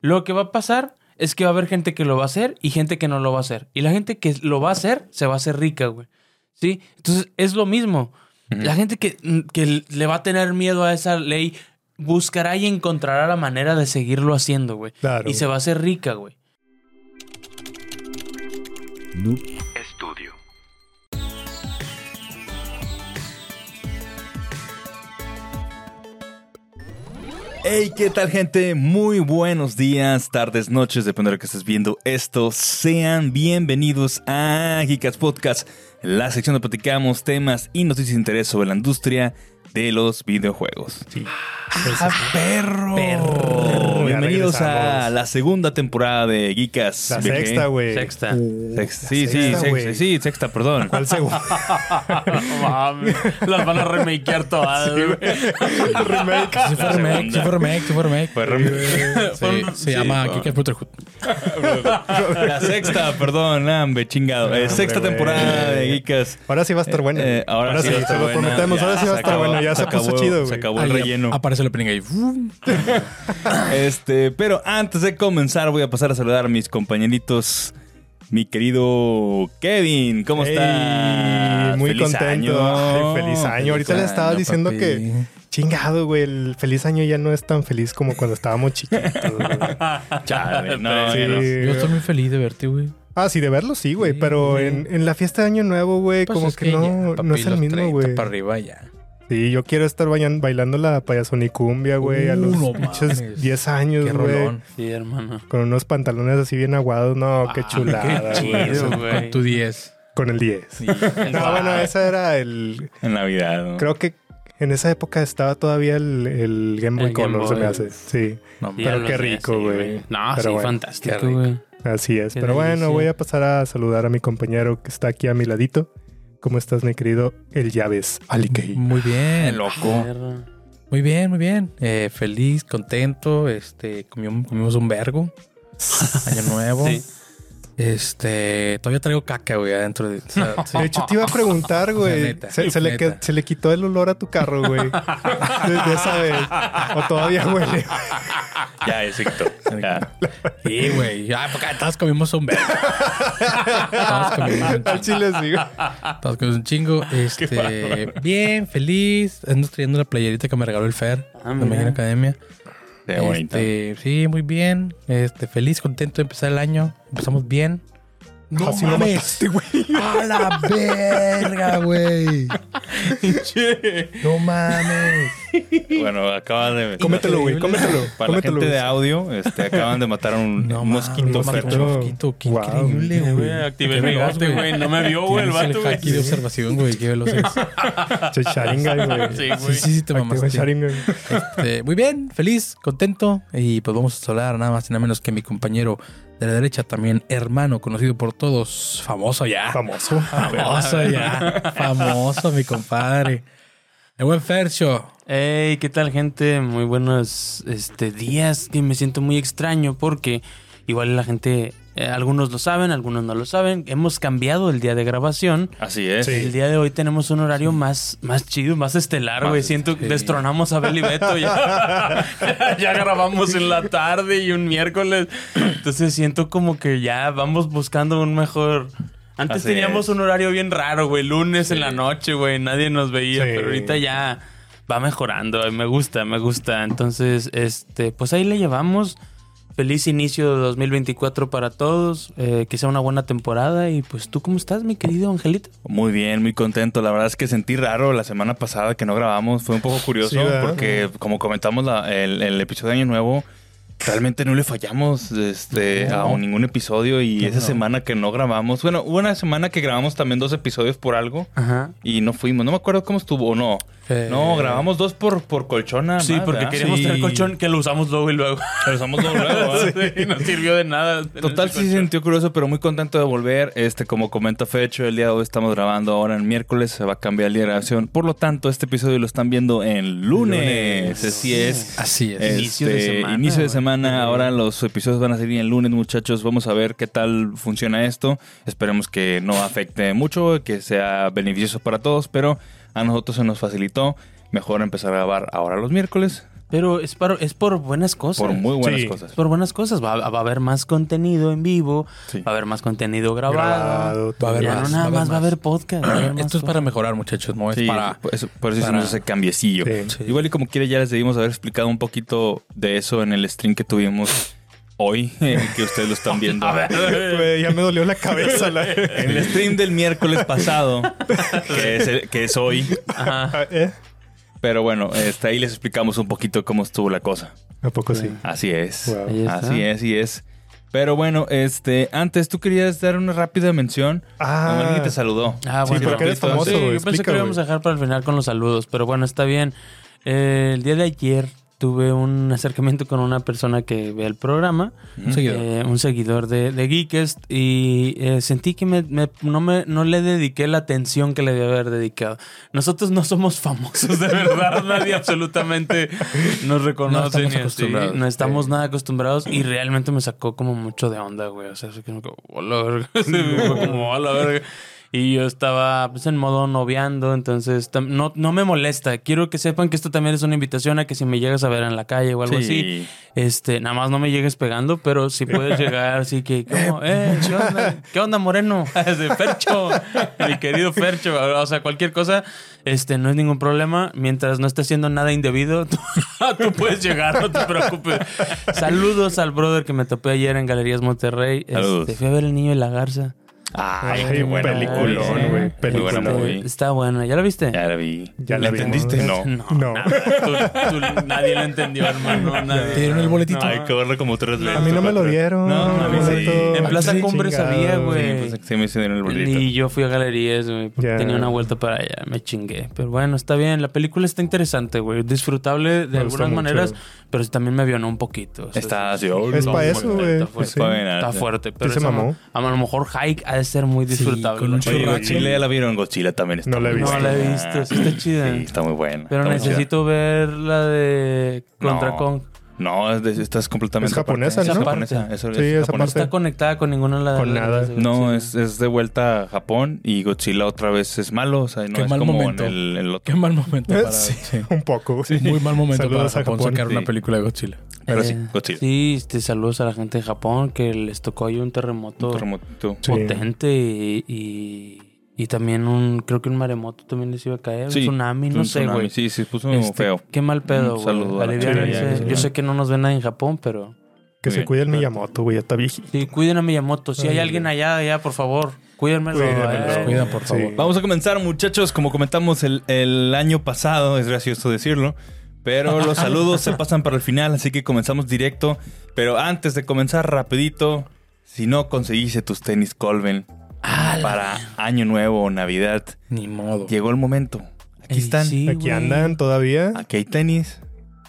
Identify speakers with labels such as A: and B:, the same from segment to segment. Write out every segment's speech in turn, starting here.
A: Lo que va a pasar es que va a haber gente que lo va a hacer y gente que no lo va a hacer. Y la gente que lo va a hacer se va a hacer rica, güey. ¿Sí? Entonces es lo mismo.
B: Ujú.
A: La gente que, mm, que le va a tener miedo a esa ley buscará y encontrará la manera de seguirlo haciendo, güey.
C: Claro.
A: Y se va a hacer rica, güey.
C: Noob.
D: Estudio.
B: Hey, ¿qué tal gente? Muy buenos días, tardes, noches, depende de lo que estés viendo esto. Sean bienvenidos a Geekas Podcast, la sección donde platicamos temas y noticias de interés sobre la industria de los videojuegos. ¡Ah, perro!
C: Perro.
B: Bienvenidos
C: Ya
B: a
C: regresamos.
B: la segunda temporada de Geekas.
C: La
B: VG.
C: sexta, güey.
A: Sexta.
B: Sexta,
C: La
B: Sí, sí,
C: sexta,
B: sexta,
C: güey.
B: sí, sexta, perdón.
C: ¿Cuál segunda?
A: Ah, Las van a remakear todas, güey.
C: remake.
E: Sí fue remake, sí fue remake, sí fue remake.
B: Fue rem-
E: Sí, se llama Kikas Brotherhood.
B: La sexta, perdón, hambre, chingado. Eh, sexta
C: güey.
B: temporada de Geekas.
C: Ahora sí va a estar bueno.
B: Eh, ahora, sí, va a estar
C: se lo
B: buena.
C: prometemos. Ahora sí
B: se
C: va a estar
B: acabó,
C: bueno. Ya se, puso
B: acabó,
C: chido,
B: Se
C: güey.
B: acabó el
E: Ahí
B: relleno.
E: Aparece el opening ahí. ¡Fum!
B: Este, pero antes de comenzar, voy a pasar a saludar a mis compañeritos. Mi querido Kevin, ¿cómo
C: Ey,
B: estás?
C: Muy
B: Feliz
C: contento.
B: año.
C: Ay, feliz año. Ahorita le estaba
B: año,
C: diciendo
B: papi.
C: que chingado, güey. El feliz año ya no es tan feliz como cuando estábamos chiquitos. güey.
B: Chale, no,
C: Sí.
B: ya no.
E: Yo estoy muy feliz de verte, güey.
C: Ah, sí, de verlo sí, güey.
E: Sí,
C: pero
E: güey.
C: en, en la fiesta de Año Nuevo, güey,
E: Pues
C: como
E: es
C: que, no,
E: ya,
C: no
E: papi,
C: es el
E: los
C: mismo,
E: 30
C: güey.
E: para arriba ya.
C: Sí, yo quiero estar bañan- bailando la payasonicumbia, güey, a
E: Uh,
C: los
E: no
C: pinches
E: mames.
C: 10 años,
E: Qué
C: güey.
E: rolón.
A: Sí, hermano.
C: Con unos pantalones así bien aguados. No, qué
E: Ah,
C: chulada,
A: qué
C: güey.
A: chido. güey.
E: Con tu 10.
C: Con el 10. No, "Ah, bueno, ese era el...
B: En Navidad. ¿no?
C: Creo que en esa época estaba todavía el, el Game Boy
A: El Game
C: Color, se me
A: Boy.
C: hace. Sí,
E: No,
A: Sí,
E: mames.
C: Pero
A: ya
C: qué
A: lo sé,
C: rico,
A: sí,
C: güey.
A: No, sí,
C: Pero bueno.
E: Qué
A: fantástico,
E: rico.
A: güey.
C: así es.
A: Qué
C: Pero bueno,
A: delicia.
C: voy a pasar a saludar a mi compañero que está aquí a mi ladito. ¿Cómo estás, mi querido? El Llaves, Alikey.
E: Muy bien,
B: loco.
A: Perro.
E: muy bien, muy bien. Eh, feliz, contento. Este, comimos, comimos un vergo. Año nuevo.
A: Sí.
E: Este, todavía traigo caca, güey, adentro de. o sea, sí.
C: De hecho, te iba a preguntar, güey.
E: La neta,
C: se, se le
E: neta.
C: que- se le quitó el olor a tu carro, güey. Desde esa vez. O todavía huele.
B: Ya, exacto. Ya.
E: Sí, güey. Ah, porque todos comimos un vergo. todos comimos un
C: Al
E: chingo.
C: chile digo.
E: Todos comimos un chingo. Este, bien, feliz. Ando trayendo la playerita que me regaló el Fer
A: Ah,
E: de Medina
A: mira.
E: Academia.
B: Qué bonito.
E: Este, sí, muy bien. Este, feliz, contento de empezar el año. Empezamos bien. No
C: Así
E: este
C: lo mataste, güey.
E: A la verga, güey. No mames.
B: Bueno, acaba de.
C: Cómetelo, güey. Cómetelo.
B: Para la
C: cómetelo.
B: gente
C: güey.
B: de audio, este, acaban de matar a un
E: No
B: un mosquito.
E: mames,
B: Fercho.
E: mató un mosquito. Qué
C: Wow.
E: increíble, güey.
A: Eh, Activé
E: Qué
A: el
E: veloz,
A: bigote, güey. No me vio, güey, el
E: Tienes
A: vato,
E: hack de
A: güey.
E: observación, güey. Qué veloz eres.
C: Che, Sharingan, güey.
A: Sí,
E: Sí,
A: güey.
E: sí, sí, te
C: Activa
E: mamaste.
C: Sharingan.
E: Este, muy bien, feliz, contento. Y pues vamos a hablar nada más y nada menos que mi compañero de la derecha, también hermano, conocido por todos, famoso ya.
C: Famoso.
E: Famoso ya. Famoso, mi compadre. El buen Fercho.
A: Hey, ¿qué tal, gente? Muy buenos este, días. Que me siento muy extraño porque igual la gente, eh, algunos lo saben, algunos no lo saben. Hemos cambiado el día de grabación.
B: Así es.
C: Sí.
A: El día de hoy tenemos un horario más, más chido, más estelar,
B: Más
A: güey. Siento que
E: estelar.
A: destronamos a Bel y Beto. Ya, ya grabamos en la tarde y un miércoles. Entonces siento como que ya vamos buscando un mejor. Antes
B: Así
A: teníamos
B: es.
A: un horario bien raro, güey. Lunes en la noche, güey. Nadie nos veía,
C: Sí.
A: pero ahorita ya va mejorando. eh, Me gusta, me gusta. Entonces, este, pues ahí le llevamos. Feliz inicio de 2024 para todos. eh, que sea una buena temporada. Y pues, ¿tú cómo estás, mi querido Angelito?
B: Muy bien, muy contento. La verdad es que sentí raro la semana pasada que no grabamos. Fue un poco curioso
C: Sí, ¿verdad?
B: porque, como comentamos la- el, el episodio de Año Nuevo, realmente no le fallamos este,
E: No.
B: a ningún episodio. Y esa semana que no grabamos, bueno, hubo una semana que grabamos también dos episodios por algo
A: Ajá.
B: y no fuimos. No me acuerdo cómo estuvo o no.
E: Eh,
B: No, grabamos dos por, por colchona.
A: Sí, porque queríamos
E: Sí.
A: tener colchón que lo usamos luego y luego.
B: Pero somos dos luego. ¿verdad?
A: Sí, no sirvió de nada. tener
B: Total,
A: ese
B: sí se
A: colchón.
B: sintió curioso, pero muy contento de volver. Este, como comenta Fecho, el día de hoy estamos grabando ahora en miércoles, se va a cambiar el día de grabación. Por lo tanto, este episodio lo están viendo en lunes. Así es.
E: Así es.
C: Eh,
B: Este, inicio de semana. Ahora los episodios van a salir en lunes, muchachos. Vamos a ver qué tal funciona esto. Esperemos que no afecte mucho, que sea beneficioso para todos, pero a nosotros se nos facilitó. Mejor empezar a grabar ahora los miércoles.
A: Pero es, para- es por buenas cosas.
B: Por muy buenas
C: Sí.
B: cosas.
A: Es por buenas cosas. Va, va a haber más contenido en vivo,
B: Sí.
A: va a haber más contenido grabado.
C: grabado,
E: Va a haber
A: ya
E: más,
A: no nada
E: va a haber
A: más, va a
E: más.
A: haber podcast. va a haber más
E: Esto es para mejorar, muchachos, no es
B: Sí,
E: para...
B: por eso, por eso
E: para-
B: hicimos ese cambiecillo.
C: Sí.
E: Sí.
B: Igual y como quiere ya les debimos haber explicado un poquito de eso en el stream que tuvimos hoy, eh, que ustedes lo están viendo.
C: Güey, ya me dolió la cabeza. la- Eh,
B: En el stream del miércoles pasado, que es, el- que es hoy.
A: Ajá.
C: Ah, ¿eh?
B: Pero bueno, este, ahí les explicamos un poquito cómo estuvo la cosa.
C: ¿A poco sí?
B: Así es.
C: Wow.
A: Ahí está.
B: Así es, y es. Pero bueno, este, antes tú querías dar una rápida mención.
C: Ah.
B: Alguien te saludó.
A: Ah,
C: Sí,
A: bueno.
C: porque eres
B: rapidito,
C: famoso,
A: Sí, yo
C: güey.
A: pensé que
C: Explica,
A: lo íbamos a dejar para el final con los saludos, pero bueno, está bien. Eh, el día de ayer tuve un acercamiento con una persona que ve el programa,
E: Un seguidor.
A: eh, un seguidor de, de Geekest, y eh, sentí que me- me- no, me, no le dediqué la atención que le debía haber dedicado. Nosotros no somos famosos, de verdad, nadie absolutamente nos reconoce.
E: estamos
A: ni así.
E: acostumbrados.
A: No estamos
E: Sí.
A: nada acostumbrados y realmente me sacó como mucho de onda, güey. O sea, fue como que, hola, verga. Sí, fue como, hola, verga. Y yo estaba pues, en modo noviando, entonces tam- no, no me molesta. Quiero que sepan que esto también es una invitación a que si me llegas a ver en la calle o algo así,
B: Sí.
A: este, nada más no me llegues pegando, pero si puedes llegar, así que, ¿cómo? Eh, ¿qué, onda? ¿Qué onda, Moreno? De Ah, Fercho, mi querido Fercho. O sea, cualquier cosa, este, no es ningún problema. Mientras no esté haciendo nada indebido, tú, tú puedes llegar, no te preocupes. Saludos al brother que me topé ayer en Galerías Monterrey.
B: Saludos.
A: Este, fui a ver El Niño y la Garza.
B: Ay,
C: Ay,
B: qué
C: un
B: buena
C: peliculón,
B: movie.
C: güey,
B: Muy buena
C: peliculón.
B: movie.
A: Está buena, ¿ya la viste?
B: Ya la vi.
C: Ya la
B: ¿La
C: vimos.
B: entendiste? No.
A: No.
C: No.
A: Tú- tú- nadie lo entendió, hermano. Nadie.
E: ¿Te dieron el boletito?
A: No.
B: Ay, corre como tres veces.
C: A mí no me lo dieron.
B: No, a mí sí.
C: boleto.
A: En Plaza
C: Sí,
A: Cumbre
C: chingado.
A: sabía, güey.
B: Pues, Sí, me hicieron el bolito.
A: Y yo fui a galerías, güey. porque
C: Ya.
A: Tenía una vuelta para allá, me chingué. Pero bueno, está bien. La película está interesante, güey. Disfrutable de
C: Me gustó
A: algunas
C: mucho.
A: maneras, pero también me avionó un poquito. O sea,
B: Está
A: sí,
B: así. oh,
C: Es
B: no,
C: pa'
B: muy
C: eso,
B: buena,
C: güey.
B: Está fuerte.
C: Sí.
B: Está buena.
A: Está fuerte. Pero
C: se
A: esa
C: mamó.
A: ma- A lo mejor Hike ha de ser muy disfrutable.
E: con un
A: güey.
B: Oye,
E: Churraco.
B: Godzilla ya la vieron. Godzilla también está
C: No la he
B: muy
C: visto.
A: No la he
B: buena.
A: visto, sí está chida.
B: Sí, está muy buena.
A: pero
B: está muy chida.
A: necesito ver la de Contra
B: No.
A: Kong.
B: No, es de- esta es completamente.
C: Es japonesa,
B: aparte.
A: ¿no?
B: Es japonesa. eso es
C: Sí, esa
B: japonesa.
A: No está conectada con ninguna de las
C: Con
A: las-
C: nada.
A: las de
B: No,
A: Godzilla.
B: es, es de vuelta a Japón y Godzilla otra vez es malo. O sea, no
E: Qué
B: es
E: mal
B: como
E: momento.
B: en el, el otro.
E: Qué mal momento para...
C: Sí,
E: sí.
C: Un poco.
E: Muy mal momento
C: Saludos
E: para
C: a
E: Japón,
C: Japón.
E: sacar una
B: Sí.
E: película de Godzilla.
B: Pero
A: Eh,
B: sí, Godzilla.
A: Sí, este, saludos a la gente de Japón que les tocó ahí un terremoto,
B: Un terremoto.
C: Sí.
A: potente y, y- y también un, creo que un maremoto también les iba a caer,
B: Sí,
A: un tsunami, no
B: un
A: sé,
B: tsunami.
A: güey.
B: Sí, sí, puso
A: Este,
B: feo.
A: Qué mal pedo,
B: Un
A: güey.
B: saludo a la
A: Aliviánense.
C: gente de
A: Yo
C: allá.
A: sé que no nos ven nadie en Japón, pero...
C: Que
B: Muy
C: se
B: bien.
C: cuide el Miyamoto, güey. Ya está viejito.
A: Sí, cuiden a Miyamoto. Si hay
C: Ay,
A: alguien
C: güey.
A: allá, allá, por favor, cuídenmelo.
C: Cuídenmelo.
A: eh.
E: Cuidan, por favor.
C: Sí.
B: Vamos a comenzar, muchachos. Como comentamos el, el año pasado, es gracioso decirlo, pero los saludos se pasan para el final, así que comenzamos directo. Pero antes de comenzar, rapidito, si no conseguiste tus tenis Colven
A: Ah, la-
B: para Año Nuevo o Navidad,
E: Ni modo.
B: llegó el momento. Aquí
A: Ey,
B: están.
A: sí,
C: Aquí
A: güey.
C: andan todavía.
B: Aquí hay tenis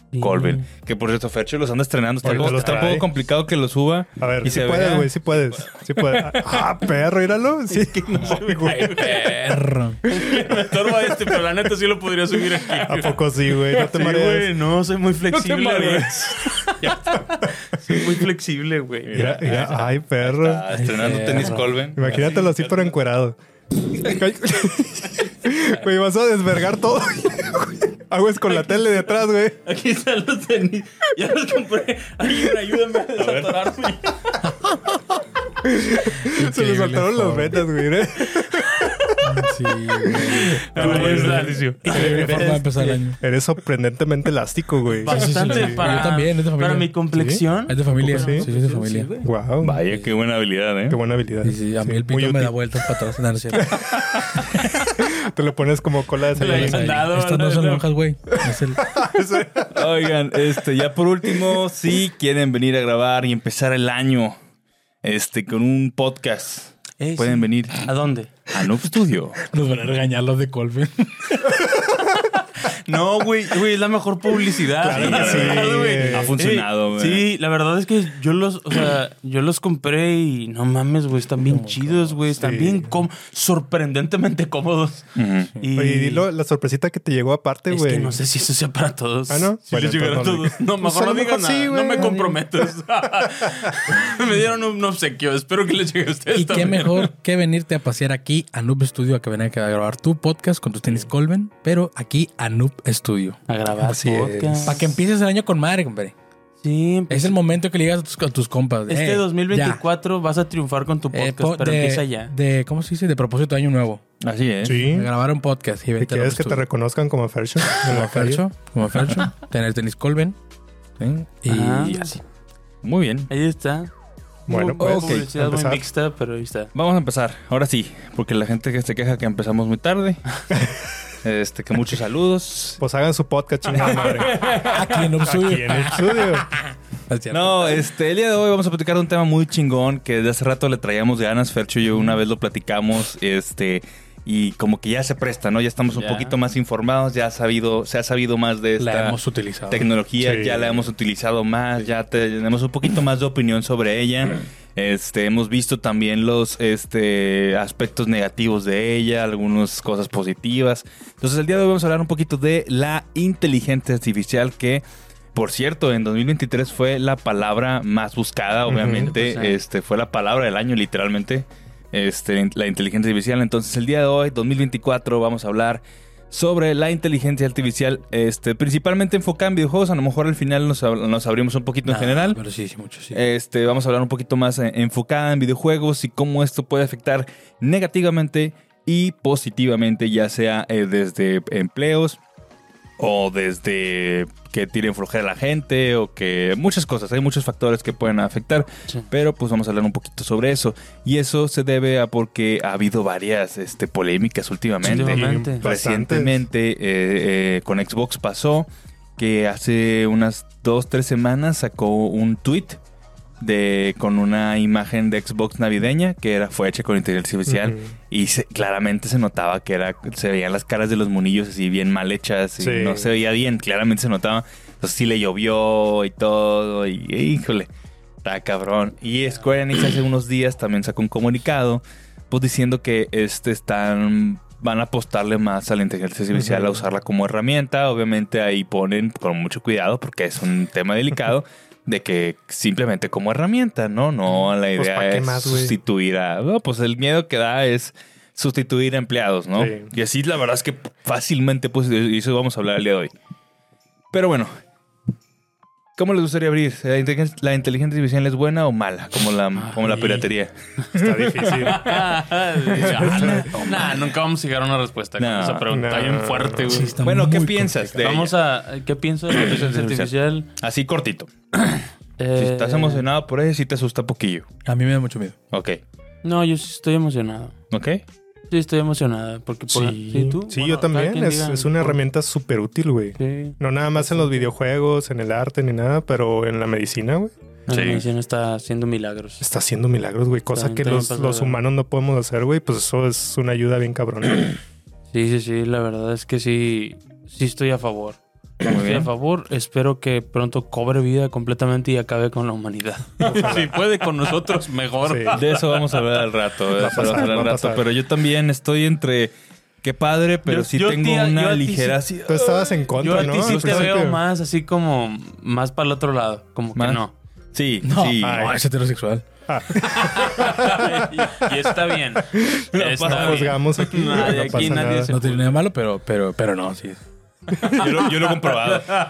A: Sí.
B: Colven. Que por cierto, Fercho los anda estrenando. Está,
C: Ahorita
B: como-
C: los
B: está un
C: trae.
B: poco complicado que los suba.
C: A ver,
B: y
C: si
B: se
C: puedes,
B: vea.
C: güey, si puedes. Si puedes. Ah, perro, íralo. Sí, güey.
E: Perro.
A: Me estorba este, pero la neta sí lo podría subir aquí.
C: ¿A poco sí, güey? No te marees.
A: no, soy muy
B: flexible, güey.
A: soy muy flexible, güey.
C: Mira, mira, Ay, perro.
B: Está estrenando
E: Ay,
B: tenis
E: perro.
B: Colven.
C: Imagínatelo así, pero encuerado. Güey, vas a desvergar todo. Hagas con la tele de atrás, güey.
A: Aquí están los tenis. Ya los compré. Alguien ayúdame a desatorarme.
C: Se le
E: Increíble
C: saltaron las
E: forma.
C: vetas, güey. ¿eh?
E: Sí, güey. Increíble forma de empezar el año.
C: Eres sorprendentemente elástico, güey.
E: Sí, sí,
A: Bastante
E: sí.
A: para,
E: Yo también, es de familia.
A: para mi complexión.
E: Es de familia,
C: Sí.
E: sí, sí, es de familia.
A: güey.
C: Wow.
B: Vaya, qué buena habilidad, ¿eh?
C: Qué buena habilidad.
E: Sí, sí, a mí
C: Sí,
E: el
C: muy
E: pito me da
C: útil.
E: vueltas para atrás. No, no es cierto.
C: Te lo pones como cola de
A: Ahí
C: desayuno.
A: está. andado,
E: Estas no son
A: no.
E: lonjas, güey. Es el...
B: Oigan, este, ya por último, si quieren venir a grabar y empezar el año este, con un podcast,
A: Eh,
B: pueden
A: sí.
B: venir
A: ¿A dónde?
B: a Noob Studio.
E: Nos van a regañar los de Colvin.
A: No, güey, güey, es la mejor publicidad.
C: Claro que
A: La
C: sí.
A: verdad, güey.
B: Ha funcionado,
A: Ey,
B: güey.
A: Sí, la verdad es que yo los, o sea, yo los compré y no mames, güey, están bien chidos, güey, están
C: Sí.
A: bien cóm- sorprendentemente cómodos. Y
C: Oye, dilo la sorpresita que te llegó aparte,
A: es
C: güey.
A: que no sé si eso sea para todos.
C: Ah, ¿no?
A: Si
C: Bueno,
A: les llegara a
C: entonces
A: todos. No,
C: no. Pues
A: mejor
C: a
A: no
C: lo
A: digan
C: mejor
A: nada.
C: sí,
A: no
C: güey.
A: me comprometes. me dieron un obsequio. Espero que les llegue a ustedes
E: Y qué
A: también.
E: mejor que venirte a pasear aquí a Noob Studio a que vengan a grabar tu podcast con tus tenis Colvin, pero aquí a Noob estudio.
A: A grabar
C: Así es.
A: podcast.
E: Para que empieces el año con madre, compadre.
A: Sí,
E: Es el momento que le digas a tus, a tus compas.
A: Este
E: "Eh,
A: 2024 vas a triunfar con tu
E: ya". Eh,
A: podcast,
E: po-
A: pero
E: de-
A: empieza ya.
E: De, ¿Cómo se dice? De propósito de año nuevo.
B: Así es.
C: Sí.
E: De grabar un podcast y
C: ¿Y
E: vente a
C: quieres
E: tu
C: que te
E: estudio.
C: reconozcan como Fercho? en la
E: Como
C: calle?
E: Fercho, como Fercho. Tener tenis Colben. ¿sí? Y
A: Ah.
E: así.
B: Muy bien.
A: Ahí está.
C: Bueno, pues.
B: Ok,
A: Publicidad
C: empezar.
A: muy mixta, pero ahí está.
B: Vamos a empezar. Ahora sí, porque la gente que se queja que empezamos muy tarde. este, que muchos saludos.
C: Pues hagan su podcast, chingada madre.
E: Aquí en Upsuyo.
C: Aquí en el estudio.
E: Es cierto.
B: No, este, el día de hoy vamos a platicar de un tema muy chingón que desde hace rato le traíamos ganas, Fercho y yo una vez lo platicamos, este, y como que ya se presta, ¿no? Ya estamos un
A: Ya.
B: poquito más informados, ya ha sabido, se ha sabido más de esta
E: la hemos utilizado.
B: tecnología,
C: Sí.
B: ya la hemos utilizado más, ya te- tenemos un poquito más de opinión sobre ella. Este, hemos visto también los este, aspectos negativos de ella, algunas cosas positivas. Entonces, el día de hoy vamos a hablar un poquito de la inteligencia artificial que, por cierto, en 2023 fue la palabra más buscada,
C: Ujú.
B: obviamente.
A: Pues, sí.
B: Este, fue la palabra del año, literalmente. Este, la inteligencia artificial. Entonces, el día de hoy, 2024, vamos a hablar sobre la inteligencia artificial, este, principalmente enfocada en videojuegos. A lo mejor al final nos, ab- nos abrimos un poquito
E: Nada,
B: en general.
E: Ah, Pero sí, sí, mucho, sí.
B: Este, vamos a hablar un poquito más eh, enfocada en videojuegos y cómo esto puede afectar negativamente y positivamente, ya sea eh, desde empleos o desde que tiren flojera a la gente o que muchas cosas, hay muchos factores que pueden afectar,
A: Sí.
B: pero pues vamos a hablar un poquito sobre eso y eso se debe a porque ha habido varias este, polémicas últimamente.
A: Últimamente.
C: Bastantes.
B: Recientemente eh, eh, con Xbox pasó que hace unas dos, tres semanas sacó un tweet de, con una imagen de Xbox navideña que era, fue hecha con inteligencia artificial
C: Ujú.
B: y se- claramente se notaba que era, se veían las caras de los monillos así bien mal hechas y
C: Sí.
B: no se veía bien, claramente se notaba. Entonces sí le llovió y todo y híjole, está cabrón. Y Square Enix hace unos días también sacó un comunicado pues diciendo que este están van a apostarle más a la inteligencia artificial
C: Ujú.
B: a usarla como herramienta. Obviamente ahí ponen con mucho cuidado porque es un tema delicado de que simplemente como herramienta, ¿no? No la
C: Pues,
B: idea
C: ¿pa' qué
B: es
C: más, güey?
B: sustituir a no, pues el miedo que da es sustituir a empleados, ¿no?
C: Sí.
B: Y así la verdad es que fácilmente pues y eso vamos a hablar el día de hoy. Pero bueno, ¿Cómo les gustaría abrir? ¿La inteligencia, la inteligencia artificial es buena o mala? Como la, como la
A: Ay.
B: piratería.
C: Está difícil.
A: Nah, nah, nunca vamos a llegar a una respuesta con
B: Nah.
A: esa pregunta.
C: Nah.
A: bien fuerte, güey.
E: Sí, está
B: Bueno, ¿qué
E: muy
B: piensas de
A: Vamos
B: Vamos
A: a. ¿Qué pienso de la inteligencia artificial?
B: Así cortito.
A: Eh,
B: Si estás emocionado por eso, sí te asusta poquillo.
E: complicado. A mí me da mucho miedo.
B: Ok.
A: No, yo sí estoy emocionado.
B: ¿Ok?
A: Sí, estoy emocionada. Porque por-
E: Sí.
A: tú?
C: Sí,
A: Bueno,
C: yo
A: cada
C: también.
A: quien
C: Es,
A: diga-
C: es una herramienta súper útil, güey.
A: Sí.
C: No nada más en los videojuegos, en el arte, ni nada, pero en la medicina, güey.
A: La
B: Sí.
A: medicina está haciendo milagros.
C: Está haciendo milagros, güey. Cosa
A: También-
C: que
A: también
C: los,
A: pasa,
C: los
A: ¿verdad?
C: humanos no podemos hacer, güey. Pues eso es una ayuda bien cabrona.
A: Sí, sí, sí. La verdad es que sí. Sí, estoy a favor.
B: Muy
A: Estoy a
B: bien.
A: favor. Espero que pronto cobre vida completamente y acabe con la humanidad. si puede con nosotros, mejor.
C: Sí.
B: De eso vamos a hablar al rato. de
C: Va a
B: eso vamos a
C: pasar,
B: hablar al
C: va a
B: rato.
C: pasar.
B: Pero yo también estoy entre... Qué padre, pero
A: Yo-
B: sí
A: yo
B: tengo
A: tía- yo a
B: una
A: ti sí-
B: ligera...
C: Tú estabas en
A: Yo
C: contra,
A: a
C: ¿no?
A: ti sí
C: Al
A: te veo
C: principio.
A: más así como más para el otro lado, como
B: ¿Más?
A: que no.
B: Sí,
E: No,
B: sí.
E: no, es heterosexual.
A: y está bien.
C: No
A: Está bien.
C: juzgamos aquí.
A: Nadie
C: no
A: aquí,
C: pasa
A: nadie
C: nada.
A: se-
E: No tiene nada de malo, pero, pero, pero no, sí.
B: Yo lo, yo lo he comprobado.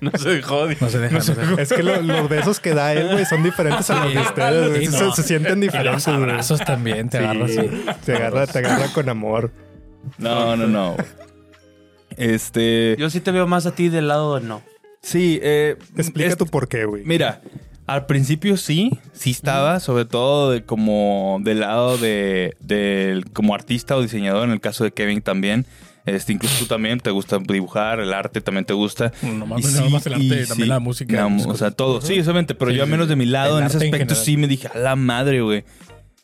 A: No se jode.
E: No se deja. No se deja.
C: Es que lo- los besos que da él, güey, son diferentes a los de ustedes, güey.
E: Sí,
C: Se-
E: no.
C: Se, sienten diferentes, güey.
E: Abrazos también, te
C: Sí,
E: agarras. sí.
C: Te agarra, te agarra con amor.
B: No, no, no. Este...
A: Yo sí te veo más a ti del lado del no.
B: Sí, eh...
C: Explica
B: es-
C: tu por qué, güey.
B: Mira, al principio sí, sí estaba, sobre todo de como del lado de, del- como artista o diseñador, en el caso de Kevin también. Este, incluso tú también te gusta dibujar, el arte también te gusta.
E: No
B: Y
E: más,
B: sí,
E: no más el arte,
B: y
E: también
B: sí,
E: la música.
B: la mu-
E: las
B: o sea,
E: cosas.
B: todo. Sí, obviamente, pero
E: Sí,
B: yo al
E: sí,
B: menos de mi lado,
E: el
B: en ese
E: arte en
B: aspecto,
E: general.
B: sí me dije, a la madre, güey.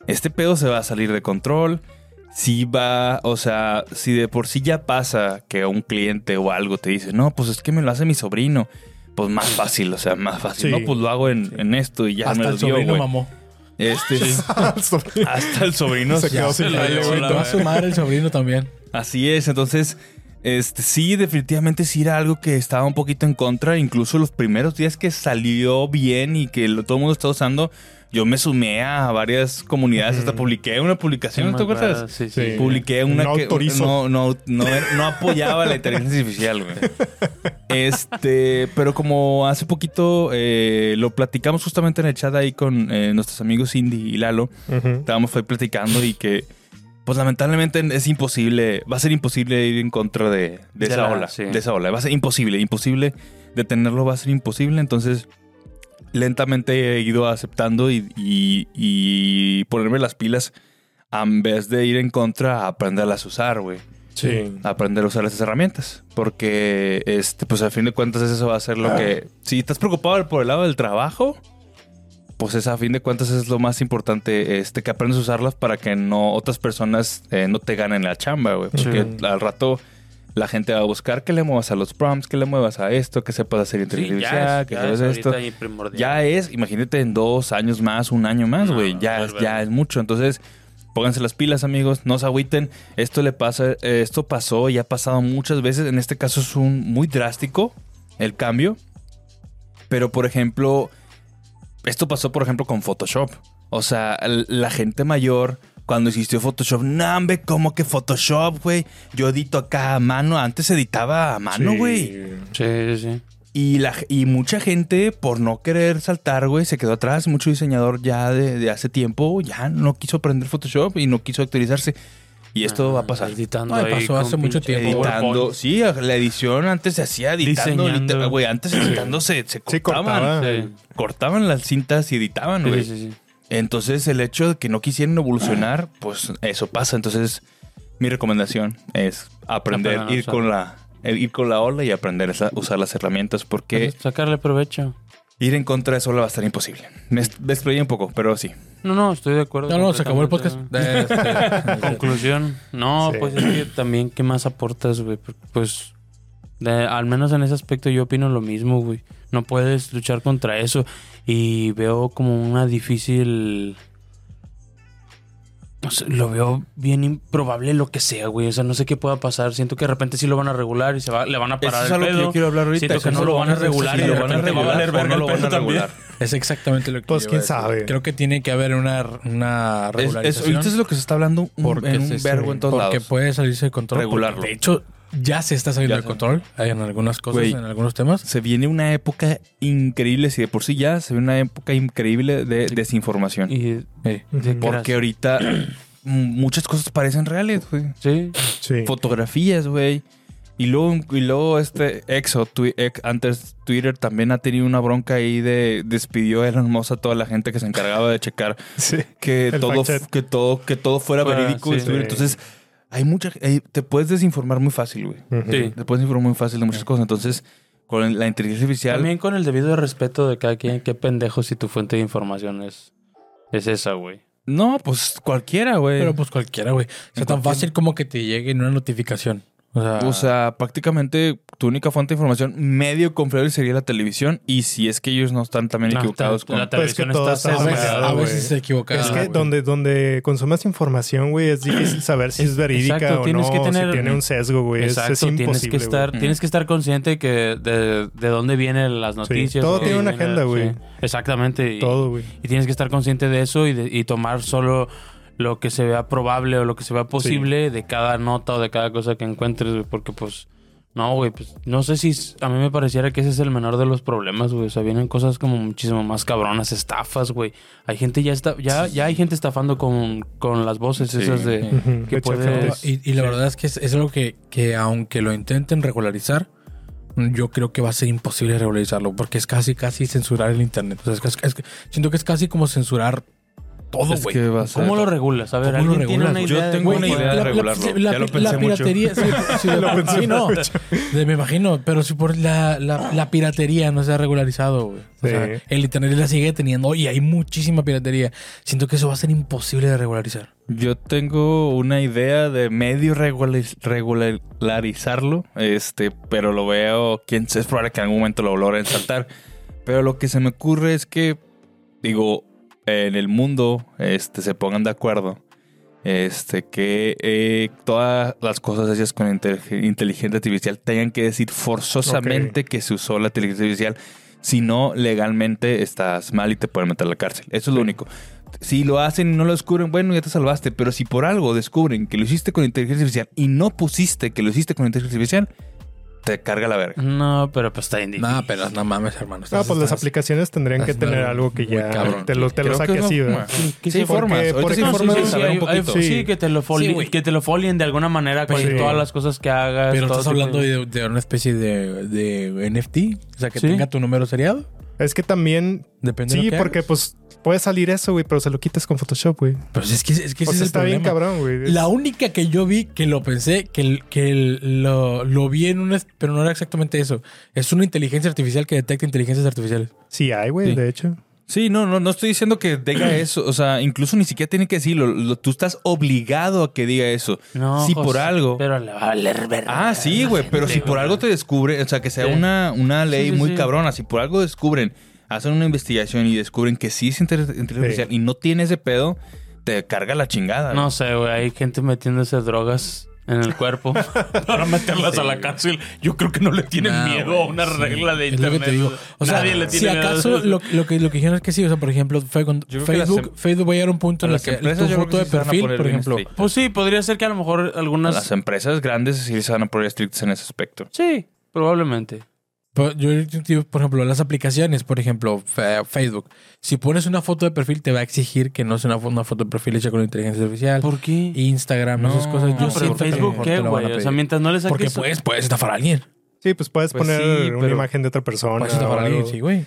B: Este pedo se va a salir de control. Si va, o sea, si de por sí ya pasa que un cliente o algo te dice, no, pues es que me lo hace mi sobrino, pues más fácil, o sea, más fácil.
C: Sí.
B: No, pues lo hago en, en esto y ya
E: Hasta
B: me lo
E: el
B: dio,
E: sobrino
B: güey.
E: mamó.
B: Este, hasta el sobrino
C: Se
B: ya
C: quedó
B: se
C: sin
B: la
C: aire,
B: dio,
E: Sí,
B: la
E: te va a
B: verdad.
E: sumar el sobrino también.
B: Así es, entonces Este, sí, definitivamente sí era algo que estaba un poquito en contra. Incluso los primeros días que salió bien y que lo- todo el mundo está usando, yo me sumé a varias comunidades. Hasta publiqué una publicación, ¿te acuerdas?
A: Sí, sí.
C: Sí.
B: Publiqué una
C: No
B: que
C: autorizo.
B: No, no, no, no apoyaba la inteligencia artificial, güey. Este, pero como hace poquito eh, lo platicamos justamente en el chat ahí con eh, nuestros amigos Indy y Lalo,
C: Ujú.
B: estábamos ahí platicando y que, pues lamentablemente es imposible, va a ser imposible ir en contra de,
A: De
B: de esa
A: la-
B: ola,
A: sí.
B: de esa ola, va a ser imposible, imposible detenerlo, va a ser imposible, entonces lentamente he ido aceptando y, y- y ponerme las pilas en vez de ir en contra, a aprenderlas a usar, güey.
C: Sí.
B: Aprender a usar esas herramientas. Porque, este, pues a fin de cuentas, eso va a ser lo que. Si estás preocupado por el lado del trabajo, pues es a fin de cuentas es lo más importante. Este, que aprendas a usarlas para que no otras personas eh, no te ganen la chamba, güey. Porque
C: Sí.
B: al rato. La gente va a buscar que le muevas a los prompts, que le muevas a esto, que sepas hacer
A: Sí,
B: inteligencia,
A: ya, es-
B: que
A: ya
B: sepas
A: es
B: esto.
A: ahorita ahí primordial.
B: Ya es, imagínate en dos años más, un año más,
A: No,
B: güey.
A: no,
B: ya,
A: no,
B: es,
A: no.
B: ya es mucho. Entonces, pónganse las pilas, amigos. No se agüiten. Esto le pasa, eh, esto pasó y ha pasado muchas veces. En este caso es un muy drástico el cambio. Pero, por ejemplo, esto pasó, por ejemplo, con Photoshop. O sea, l- la gente mayor, cuando existió Photoshop, no, hombre, ¿cómo que Photoshop, güey? Yo edito acá a mano. Antes editaba a mano,
C: Sí.
B: Ah, güey.
A: Sí, sí, sí.
B: Y, la, y mucha gente, por no querer saltar, güey, se quedó atrás. Mucho diseñador ya de, de hace tiempo ya no quiso aprender Photoshop y no quiso actualizarse. Y esto
A: Ah,
B: va a pasar.
A: Editando
E: Ay,
A: ahí
E: pasó
A: con
E: hace mucho
A: pinche
E: tiempo.
B: Editando.
A: PowerPoint.
B: Sí, la edición antes se hacía editando.
A: Diseñando.
B: literal, Güey, antes editando se, se
C: Sí,
B: cortaban.
C: cortaba.
A: Sí.
B: Cortaban las cintas y editaban,
A: Sí,
B: güey.
A: sí, sí.
B: Entonces, el hecho de que no quisieran evolucionar, pues eso pasa. Entonces, mi recomendación es aprender,
A: Aprendan a
B: ir
A: usar.
B: con la... el ir con la ola y aprender a usar las herramientas porque
A: Sacarle provecho.
B: Ir en contra de eso va a estar imposible. Me est- me explayé un poco, pero sí.
A: No, no, estoy de acuerdo.
E: No, no, se acabó el podcast.
A: completamente.
E: Eh, este,
A: Conclusión. No,
C: Sí.
A: pues es que también, ¿qué más aportas, güey? Porque, Pues, de- al menos en ese aspecto yo opino lo mismo, güey. No puedes luchar contra eso. Y veo como una difícil... No sé, lo veo bien improbable lo que sea, güey. O sea, no sé qué pueda pasar. Siento que de repente sí lo van a regular y se va, le van a parar el pedo.
B: quiero hablar
A: ahorita. Siento que no
E: lo van a regular
B: Si
E: y de
B: lo van a
E: repente va
B: regular
E: a valer
B: o
A: verga
B: no
A: el
B: lo van
A: pedo
B: a
A: también.
B: regular.
E: es exactamente lo que
C: Pues,
E: yo
C: quién
E: iba a decir.
C: sabe.
E: Creo que tiene que haber una, una
B: Es-
E: regularización.
B: es- ahorita es lo que se está hablando un,
E: porque
B: en un
E: se-
B: vergo en todos
E: porque
B: lados.
E: puede salirse de control.
B: Regularlo.
E: porque De hecho, ya se está saliendo
B: Ya
E: de
B: se-
E: control hay en algunas cosas,
B: Güey.
E: en algunos temas.
B: Se viene una época increíble, si de por sí ya se viene una época increíble de desinformación.
A: Y
E: Sí.
A: de que
B: Porque ahorita mm, muchas cosas parecen reales, güey.
A: Sí,
C: Sí.
B: Fotografías, güey. Y luego, y luego este Exo, twi- ex- antes Twitter, también ha tenido una bronca ahí de despidió Elon Musk a toda la gente que se encargaba de checar
C: Sí.
B: que
C: El
B: todo,
C: fact-check.
B: que todo que todo fuera
A: Fuera,
B: verídico y
A: Ah, sí.
B: estuviera. entonces hay mucha hay- te puedes desinformar muy fácil güey
C: Ujú.
A: sí.
B: te puedes informar muy fácil de muchas cosas entonces con la inteligencia artificial
A: También con el debido respeto de cada quien, qué pendejo si tu fuente de información es, es esa, güey.
B: no pues cualquiera güey
E: Pero pues cualquiera, güey. O sea,
B: En
E: tan
B: cualquier-
E: fácil como que te llegue una notificación. O sea,
B: o sea prácticamente tu única fuente de información medio confiable sería la televisión y si es que ellos no están también
A: No,
B: equivocados
A: ta-
B: con
A: la
C: Pues que
A: televisión
C: todo
A: está
C: está
E: a veces,
A: sesgada,
E: a
C: sesgado,
A: güey.
E: veces
C: güey.
E: se equivocaba.
C: Es que
E: güey.
C: donde, donde consumas información, güey, es difícil saber si es verídica
A: exacto,
C: o
A: tienes
C: no,
A: que
C: o
A: tener-
C: si tiene un sesgo, güey. Es,
A: Exacto,
C: es imposible.
A: tienes que
C: güey.
A: estar,
B: güey.
A: tienes que estar consciente que de, de dónde vienen las noticias.
C: todo
A: dónde
C: tiene una
A: viene-
C: agenda, güey.
A: Exactamente. Y,
C: Todo, güey.
A: y tienes que estar consciente de eso y, de- y tomar solo lo que se vea probable o lo que se vea posible de cada nota o de cada cosa que encuentres, güey, porque pues no, güey, pues no sé si s- a mí me pareciera que ese es el menor de los problemas, güey, o sea, vienen cosas como muchísimo más cabronas, estafas, güey. Hay gente ya está ya ya hay gente estafando con, con las voces
B: Sí.
A: esas de
C: Ujú.
A: que
C: De hecho,
A: puedes-
E: Y, y la verdad es que es, es algo que, que aunque lo intenten regularizar, yo creo que va a ser imposible regularizarlo porque es casi, casi censurar el internet. O sea, es, que- es que- siento que es casi como censurar todo,
B: Es
E: güey.
B: que va a ser-
A: ¿Cómo lo regulas? A ver,
E: ¿Cómo lo
A: ¿alguien tiene
E: regulas,
A: una
E: güey?
A: idea?
B: Yo
A: de
B: tengo
A: cómo
B: una
A: poder-
B: idea de regularlo. Ya lo pensé
E: la
B: mucho.
E: piratería, sí, sí, la- sí, no. De- me imagino, pero si por la, la, la piratería no se ha regularizado, güey. O
C: Sí.
E: sea, el internet la sigue teniendo y hay muchísima piratería. Siento que eso va a ser imposible de regularizar.
B: Yo tengo una idea de medio regulariz- regularizarlo, este, pero lo veo, quién sabe, es probable que en algún momento lo logren saltar. Pero lo que se me ocurre es que, digo, en el mundo este, se pongan de acuerdo Este, que eh, todas las cosas hechas con intel- inteligencia artificial tengan que decir forzosamente que se usó la inteligencia artificial. Si no, legalmente estás mal y te pueden meter a la cárcel. Eso es lo único. Si lo hacen y no lo descubren, bueno, ya te salvaste. Pero si por algo descubren que lo hiciste con inteligencia artificial y no pusiste que lo hiciste con inteligencia artificial, te carga la verga.
A: No, pero pues está bien difícil.
E: Nada, pero no mames,
C: Ah,
E: hermano. estás-
C: pues las
E: estás-
C: aplicaciones tendrían que
E: estás
C: tener
E: muy
C: algo que ya
E: cabrón.
C: te lo, te lo
B: Creo
C: saque
B: que
C: así,
B: no,
C: ¿verdad?
A: Sí, que
B: Sí,
A: se-
C: forma,
B: formas.
C: porque-
B: Ahorita sí
C: porque-
B: formas
C: Sí,
B: de
C: sí,
B: saber
A: hay-
B: un
A: hay-
B: poquito.
C: sí.
A: sí, que te lo folien,
E: güey.
A: que te lo folien de alguna manera con
C: Pero-
A: todas las cosas que hagas.
E: Pero
A: todo
E: estás
A: tipo de-
E: hablando de, de una especie de, de NFT. O sea, que
A: Sí.
E: tenga tu número seriado.
C: Es que también.
E: Depende de
C: Sí,
E: lo que
C: porque
E: hagas.
C: pues puede salir eso, güey, pero se lo quitas con Photoshop, güey.
E: Pues es que, es que
C: O
E: ese
C: sea,
E: es el
C: está bien
E: problema.
C: cabrón, güey.
E: La
C: Es-
E: única que yo vi que lo pensé, que, el- que el- lo, lo vi en un... Pero no era exactamente eso. Es una inteligencia artificial que detecta inteligencias artificiales.
C: Sí, hay, güey,
B: Sí.
C: de hecho.
B: Sí, no, no, no estoy diciendo que diga eso. O sea, incluso ni siquiera tiene que decirlo. Lo- tú estás obligado a que diga eso.
A: No,
B: si por
A: José,
B: algo.
A: Pero le va a valer verga.
B: Ah, sí, güey. Pero si por algo te descubre, o sea, que sea
A: Sí.
B: una, una ley
A: Sí, sí,
B: muy
A: sí.
B: cabrona. Si por algo descubren, hacen una investigación y descubren que sí es inter- inteligencia artificial y no tiene ese pedo, te carga la chingada.
A: No
B: güey.
A: sé, güey. Hay gente metiéndose drogas en el cuerpo para meterlas a la cárcel. Yo creo que no le tienen
E: No,
A: miedo a
E: güey,
A: una
E: sí.
A: regla de
E: Es lo que
A: internet.
E: te digo. O sea,
A: Nadie le
E: si
A: tiene
E: acaso
A: miedo.
E: lo, lo que, lo que dijeron es que sí. O sea, por ejemplo, fue con
B: Yo creo que las
E: Facebook,
B: em-
E: Facebook va a llegar a un
B: a
E: punto en el
B: las
E: que
B: empresas
E: tu
B: yo creo que
E: foto de
B: sí se van a
E: perfil,
B: poner
E: por
B: bien
E: ejemplo.
B: estrictas.
A: Pues sí, podría ser que a lo mejor algunas.
B: Las empresas grandes sí se van a poner estrictas en ese aspecto.
A: Sí, probablemente.
E: Por- Yo digo, por ejemplo, las aplicaciones, por ejemplo, fe- Facebook. Si pones una foto de perfil, te va a exigir que no sea una, fo- una foto de perfil hecha con inteligencia artificial.
A: ¿Por qué?
E: Instagram, esas
B: No,
E: cosas. Yo
A: no,
B: pero
A: pero en
E: siento que a lo
A: Facebook,
E: mejor
A: ¿qué,
E: te lo van a
A: güey? O sea,
E: pedir.
A: mientras no le saques.
E: Porque
C: pues,
E: puedes, puedes estafar a alguien.
C: Sí, pues puedes
B: Pues
C: poner
B: sí,
C: una
B: pero-
C: imagen de otra persona.
E: Puedes estafar
C: o
E: a alguien,
C: algo.
E: sí, güey.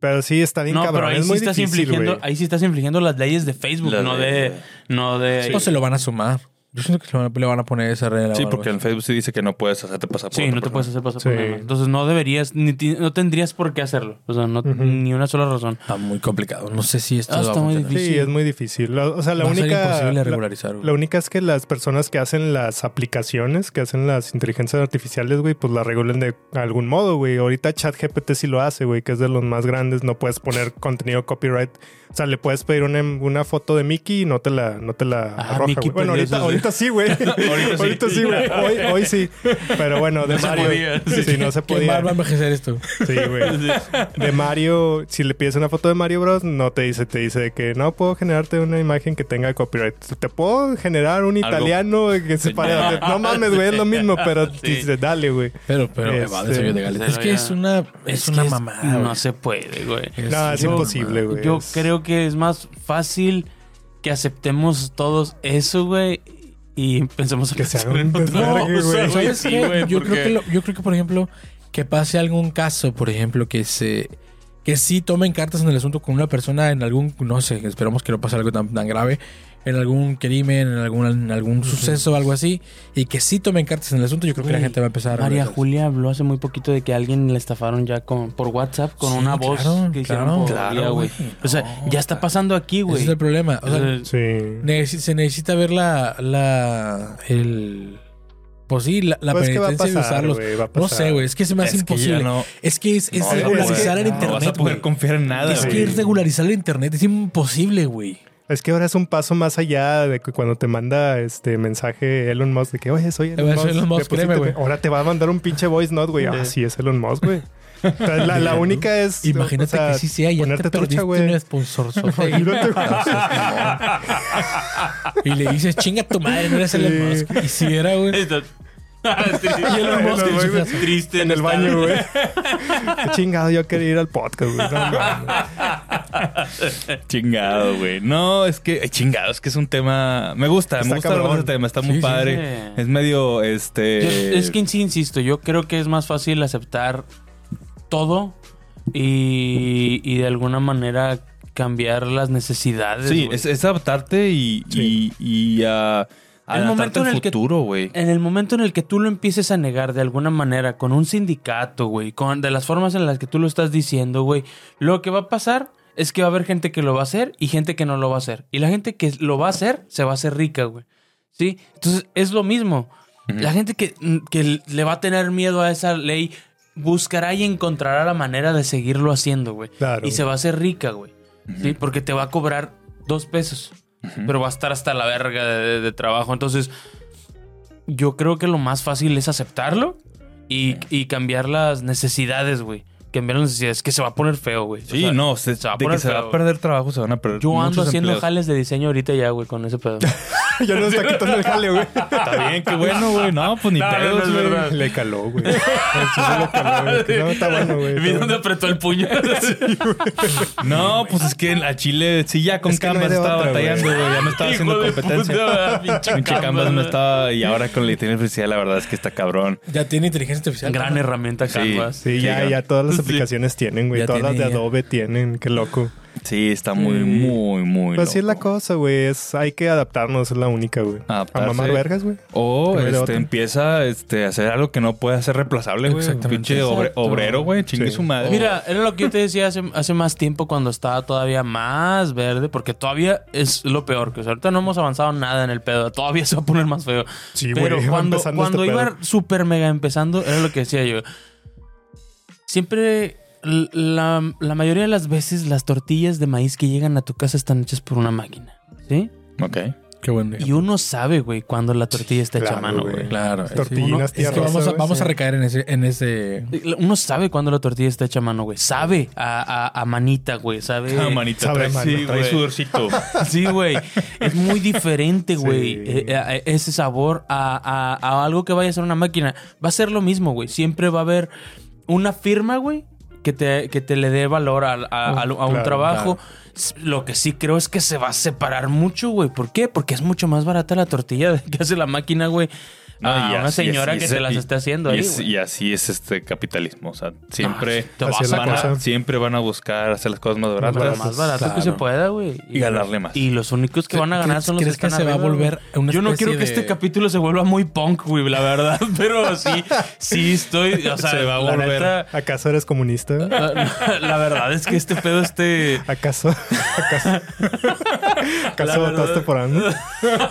C: Pero sí, está bien
A: No,
C: cabrón.
A: pero ahí
C: es
A: sí,
C: muy
A: estás
C: difícil,
A: infligiendo,
C: güey.
A: ahí sí estás infligiendo las leyes de Facebook,
B: Las
A: no de,
B: de-
A: no de
C: Pues
E: O se lo van a sumar. Yo siento que se van a- le van a poner esa regla.
B: Sí,
E: o algo
B: porque
E: así.
B: en Facebook sí dice que no puedes hacerte pasar por
A: Sí,
B: otra
A: no te
B: persona.
A: puedes hacer pasar por
C: Sí.
A: nada. Entonces no deberías, ni ti- no tendrías por qué hacerlo. O sea, no,
C: Ujú.
A: ni una sola razón.
E: Está muy complicado. No sé si esto
A: Ah,
E: va
A: está
E: a
A: muy
E: funcionar.
C: Sí,
A: difícil.
C: es muy difícil. La- o sea, la
E: Va a ser
C: única.
E: imposible
C: la-
E: regularizar, güey.
C: La única es que las personas que hacen las aplicaciones, que hacen las inteligencias artificiales, güey, pues las regulen de algún modo, güey. Ahorita ChatGPT sí lo hace, güey, que es de los más grandes. No puedes poner contenido copyright. O sea, le puedes pedir una, una foto de Mickey y no te la, no te la
A: Ah,
C: arroja,
A: Mickey
C: güey. Bueno,
A: pedía eso,
C: ahorita, ahorita sí, güey.
B: Ahorita sí.
C: ahorita sí, güey. Hoy, hoy sí. Pero bueno, de
A: No se
C: Mario.
A: podía.
C: Sí, no se
E: Qué
C: podía.
E: mal va a envejecer esto.
C: Sí, güey. De Mario, si le pides una foto de Mario Bros, no te dice, te dice de que no puedo generarte una imagen que tenga copyright. Te puedo generar un italiano que se pare. No mames, güey, es lo mismo, pero dice, dale, güey.
E: Pero, pero
C: Este,
E: me vale, soy yo de Gales.
A: pero
E: Es que
A: ya-
E: es una, es una
A: que
E: mamada.
A: No
E: güey.
A: se puede, güey.
C: No, es
E: una
C: imposible, güey.
A: Yo
C: Es-
A: creo que es más fácil que aceptemos todos eso, güey, y empecemos a
C: Que se
A: pensar
C: haga un
A: en otro-
E: No,
C: desvergue,
A: o sea,
C: güey.
E: ¿sabes
A: güey,
E: qué?
A: sí, güey,
E: yo,
A: porque-
E: creo que lo- yo creo que, por ejemplo, que pase algún caso, por ejemplo, que se que sí tomen cartas en el asunto con una persona en algún, no sé, esperamos que no pase algo tan, tan grave, en algún crimen, en algún, en algún suceso o algo así, y que sí tomen cartas en el asunto, yo creo que la
A: Güey,
E: gente va a empezar a
A: María
E: regresar.
A: Julia habló hace muy poquito de que a alguien le estafaron ya con por WhatsApp con
E: Sí,
A: una voz
E: claro,
A: que hicieron
E: claro.
A: por
E: Claro,
A: día, güey.
E: güey.
A: O sea,
E: No,
A: ya está
E: claro.
A: pasando aquí,
E: Ese
A: güey.
E: es el problema. O
A: O
E: sea,
A: sea,
C: Sí.
E: necesi- se necesita ver la, la, el, pues sí, la, la
C: Pues es que va a
E: penitencia de
C: pasar,
E: usarlos.
C: güey, va a
E: No
C: pasar.
E: sé, güey, es que se me hace
B: Es que ya
E: imposible.
B: no-
E: Es que es, es
B: No, no,
E: regularizar
B: güey,
E: el
B: no vas a
E: internet,
B: poder
E: güey.
B: confiar en nada,
E: Es
B: güey.
E: que regularizar el internet es imposible, güey.
C: Es que ahora es un paso más allá de que cuando te manda este mensaje Elon Musk de que, oye, soy Elon
E: voy a
C: Musk.
E: hacer Elon Musk,
C: deposítame".
E: créeme, güey.
C: Ahora te va a mandar un pinche voice note, güey. Ah, sí, es Elon Musk, güey. O sea, la, la única es.
E: Imagínate
C: o sea,
E: que sí sea y ya
C: ponerte
E: te perdiste
C: trucha, güey.
E: un sponsor.
C: Imagínate, güey.
E: y le dices, chinga tu madre, no eres Elon
C: Sí.
E: Musk. Y si era, güey.
A: Esto- es triste.
E: Y Elon Musk en su casa.
A: triste
C: en el baño, güey. Qué chingado, yo quería ir al podcast, güey. No, mames.
B: Chingado, güey. No, es que, eh, chingado, es que es un tema. Me gusta,
C: Está
B: me gusta hablar de
C: cabrón.
B: ese tema, está muy
E: Sí, sí,
B: padre.
A: sí.
B: Es medio, este.
A: Yo- es que sí, insisto, yo creo que es más fácil aceptar todo y, y de alguna manera cambiar las necesidades.
B: Sí,
A: güey.
B: es, es adaptarte y.
C: Sí.
B: y, y, ah,
A: El momento
B: adaptarte
A: en
B: al
A: el que- Eh,
B: futuro, güey.
A: En el momento en el que tú lo empieces a negar de alguna manera, con un sindicato, güey, con, de las formas en las que tú lo estás diciendo, güey, lo que va a pasar es que va a haber gente que lo va a hacer y gente que no lo va a hacer. Y la gente que lo va a hacer se va a hacer rica, güey. ¿Sí? Entonces es lo mismo. La gente que, que le va a tener miedo a esa ley buscará y encontrará la manera de seguirlo haciendo, güey.
C: Claro.
A: Y se va a hacer rica, güey. ¿Sí? Porque te va a cobrar dos pesos. pero va a estar hasta la verga de, de- de trabajo. Entonces, yo creo que lo más fácil es aceptarlo y, y cambiar las necesidades, güey. Cambiar las necesidades, que se va a poner feo, güey. O
B: Sí,
A: sea,
B: no, se,
A: se va a
B: de que
A: poner
B: se va a
A: feo.
B: perder trabajo, se van a perder.
A: Yo ando
B: muchos
A: haciendo
B: empleos.
A: jales de diseño ahorita ya, güey, con ese pedo.
C: ya nos está quitando el jale, güey.
B: Está bien, qué bueno, güey. No, pues ni
A: No, no,
B: pedos,
A: no es
B: güey.
A: verdad.
C: Le caló, güey. Sí, sí, le caló, güey. No, está bueno, güey. está
A: Vi
C: bueno.
A: dónde apretó el puño.
B: No, pues es que a Chile sí ya con
C: Es que no
B: Canvas
C: hay de
B: estaba
C: otra, güey.
B: batallando, güey. Ya me estaba haciendo
A: Hijo de
B: competencia.
A: puta, pinche
B: Pinche Canvas
A: Canvas,
B: me
A: güey.
B: estaba... Y ahora con la inteligencia artificial, la verdad es que está cabrón.
E: Ya tiene inteligencia artificial.
A: Gran
E: ¿no?
A: herramienta
B: Sí.
A: Canvas.
C: Sí, ya, ya todas las aplicaciones tienen, güey.
E: Ya
C: Todas las
E: tiene,
C: de
E: ya.
C: Adobe tienen, qué loco.
B: Sí, está muy,
E: Sí.
B: muy, muy
C: Pues así es la
B: loco.
C: cosa, güey. Es, hay que adaptarnos, es la única, güey. A
B: Adaptarse.
C: mamar vergas, güey.
B: O
C: Primero
B: este,
C: otra.
B: empieza este, a hacer algo que no puede ser reemplazable, güey.
E: Exactamente.
B: Pinche obre-
E: Exacto.
B: obrero, güey. Chingue
C: Sí.
B: su madre.
A: Mira, era lo que yo te decía hace, hace más tiempo cuando estaba todavía más verde, porque todavía es lo peor, que o sea, ahorita no hemos avanzado nada en el pedo, todavía se va a poner más feo.
C: Sí,
A: Pero
C: güey, va
A: cuando,
C: empezando
A: cuando
C: este
A: iba
C: pedo.
A: super mega empezando, era lo que decía yo. Siempre, l- la, la mayoría de las veces, las tortillas de maíz que llegan a tu casa están hechas por una máquina, ¿sí?
B: Ok.
A: eh,
E: Qué bueno.
A: Y uno sabe, güey, cuando la tortilla está hecha a
C: Claro,
A: mano,
C: güey.
A: güey.
E: Claro. es-
C: Tortillinas
E: uno- es que
C: tierrosas,
E: vamos a,
C: güey,
E: vamos a
C: sí.
E: recaer en ese, en ese.
A: Uno sabe cuando la tortilla está hecha a mano, güey. Sabe a, a- a manita, güey. Sabe.
B: Ah, manita,
C: sabe
B: trae,
C: mal,
B: sí,
C: ¿no?
B: trae
A: güey.
B: sudorcito.
A: Sí, güey. Es muy diferente,
C: Sí.
A: güey. Eh, eh, ese sabor a, a- a algo que vaya a ser una máquina. Va a ser lo mismo, güey. Siempre va a haber una firma, güey, que te, que te le dé valor a, a- a- a un
C: claro,
A: trabajo. S- Lo que sí creo es que se va a separar mucho, güey. ¿Por qué? Porque es mucho más barata la tortilla que hace la máquina, güey.
B: No,
A: a
B: y
A: Ah, una
B: así es,
A: señora
B: y
A: que
B: es-
A: te las
B: y-
A: está haciendo
B: y
A: ahí,
B: es-
A: güey. Ah,
B: y así es este capitalismo. O sea, siempre,
A: te
C: Así
A: vas
C: es la
A: a
B: van a-
C: cosa.
B: siempre van a buscar hacer las cosas más
A: Lo
B: baratas.
A: más barato que
E: Claro.
A: se pueda, güey.
B: Y ganarle más.
A: Y los únicos que van a ganar son los
E: ¿Crees
A: que,
E: que
A: están
E: se va a
A: arriba, güey.
E: volver una
A: Yo no
E: especie
A: quiero que
E: de-
A: este capítulo se vuelva muy punk, güey, la verdad. Pero sí, sí estoy. O sea,
B: Se va a
A: la
B: volver.
A: neta,
C: ¿Acaso eres comunista? güey?
A: la, la verdad es que este pedo este.
C: ¿Acaso? ¿Acaso?
A: La
C: ¿Acaso
A: verdad-
C: votaste por AMLO?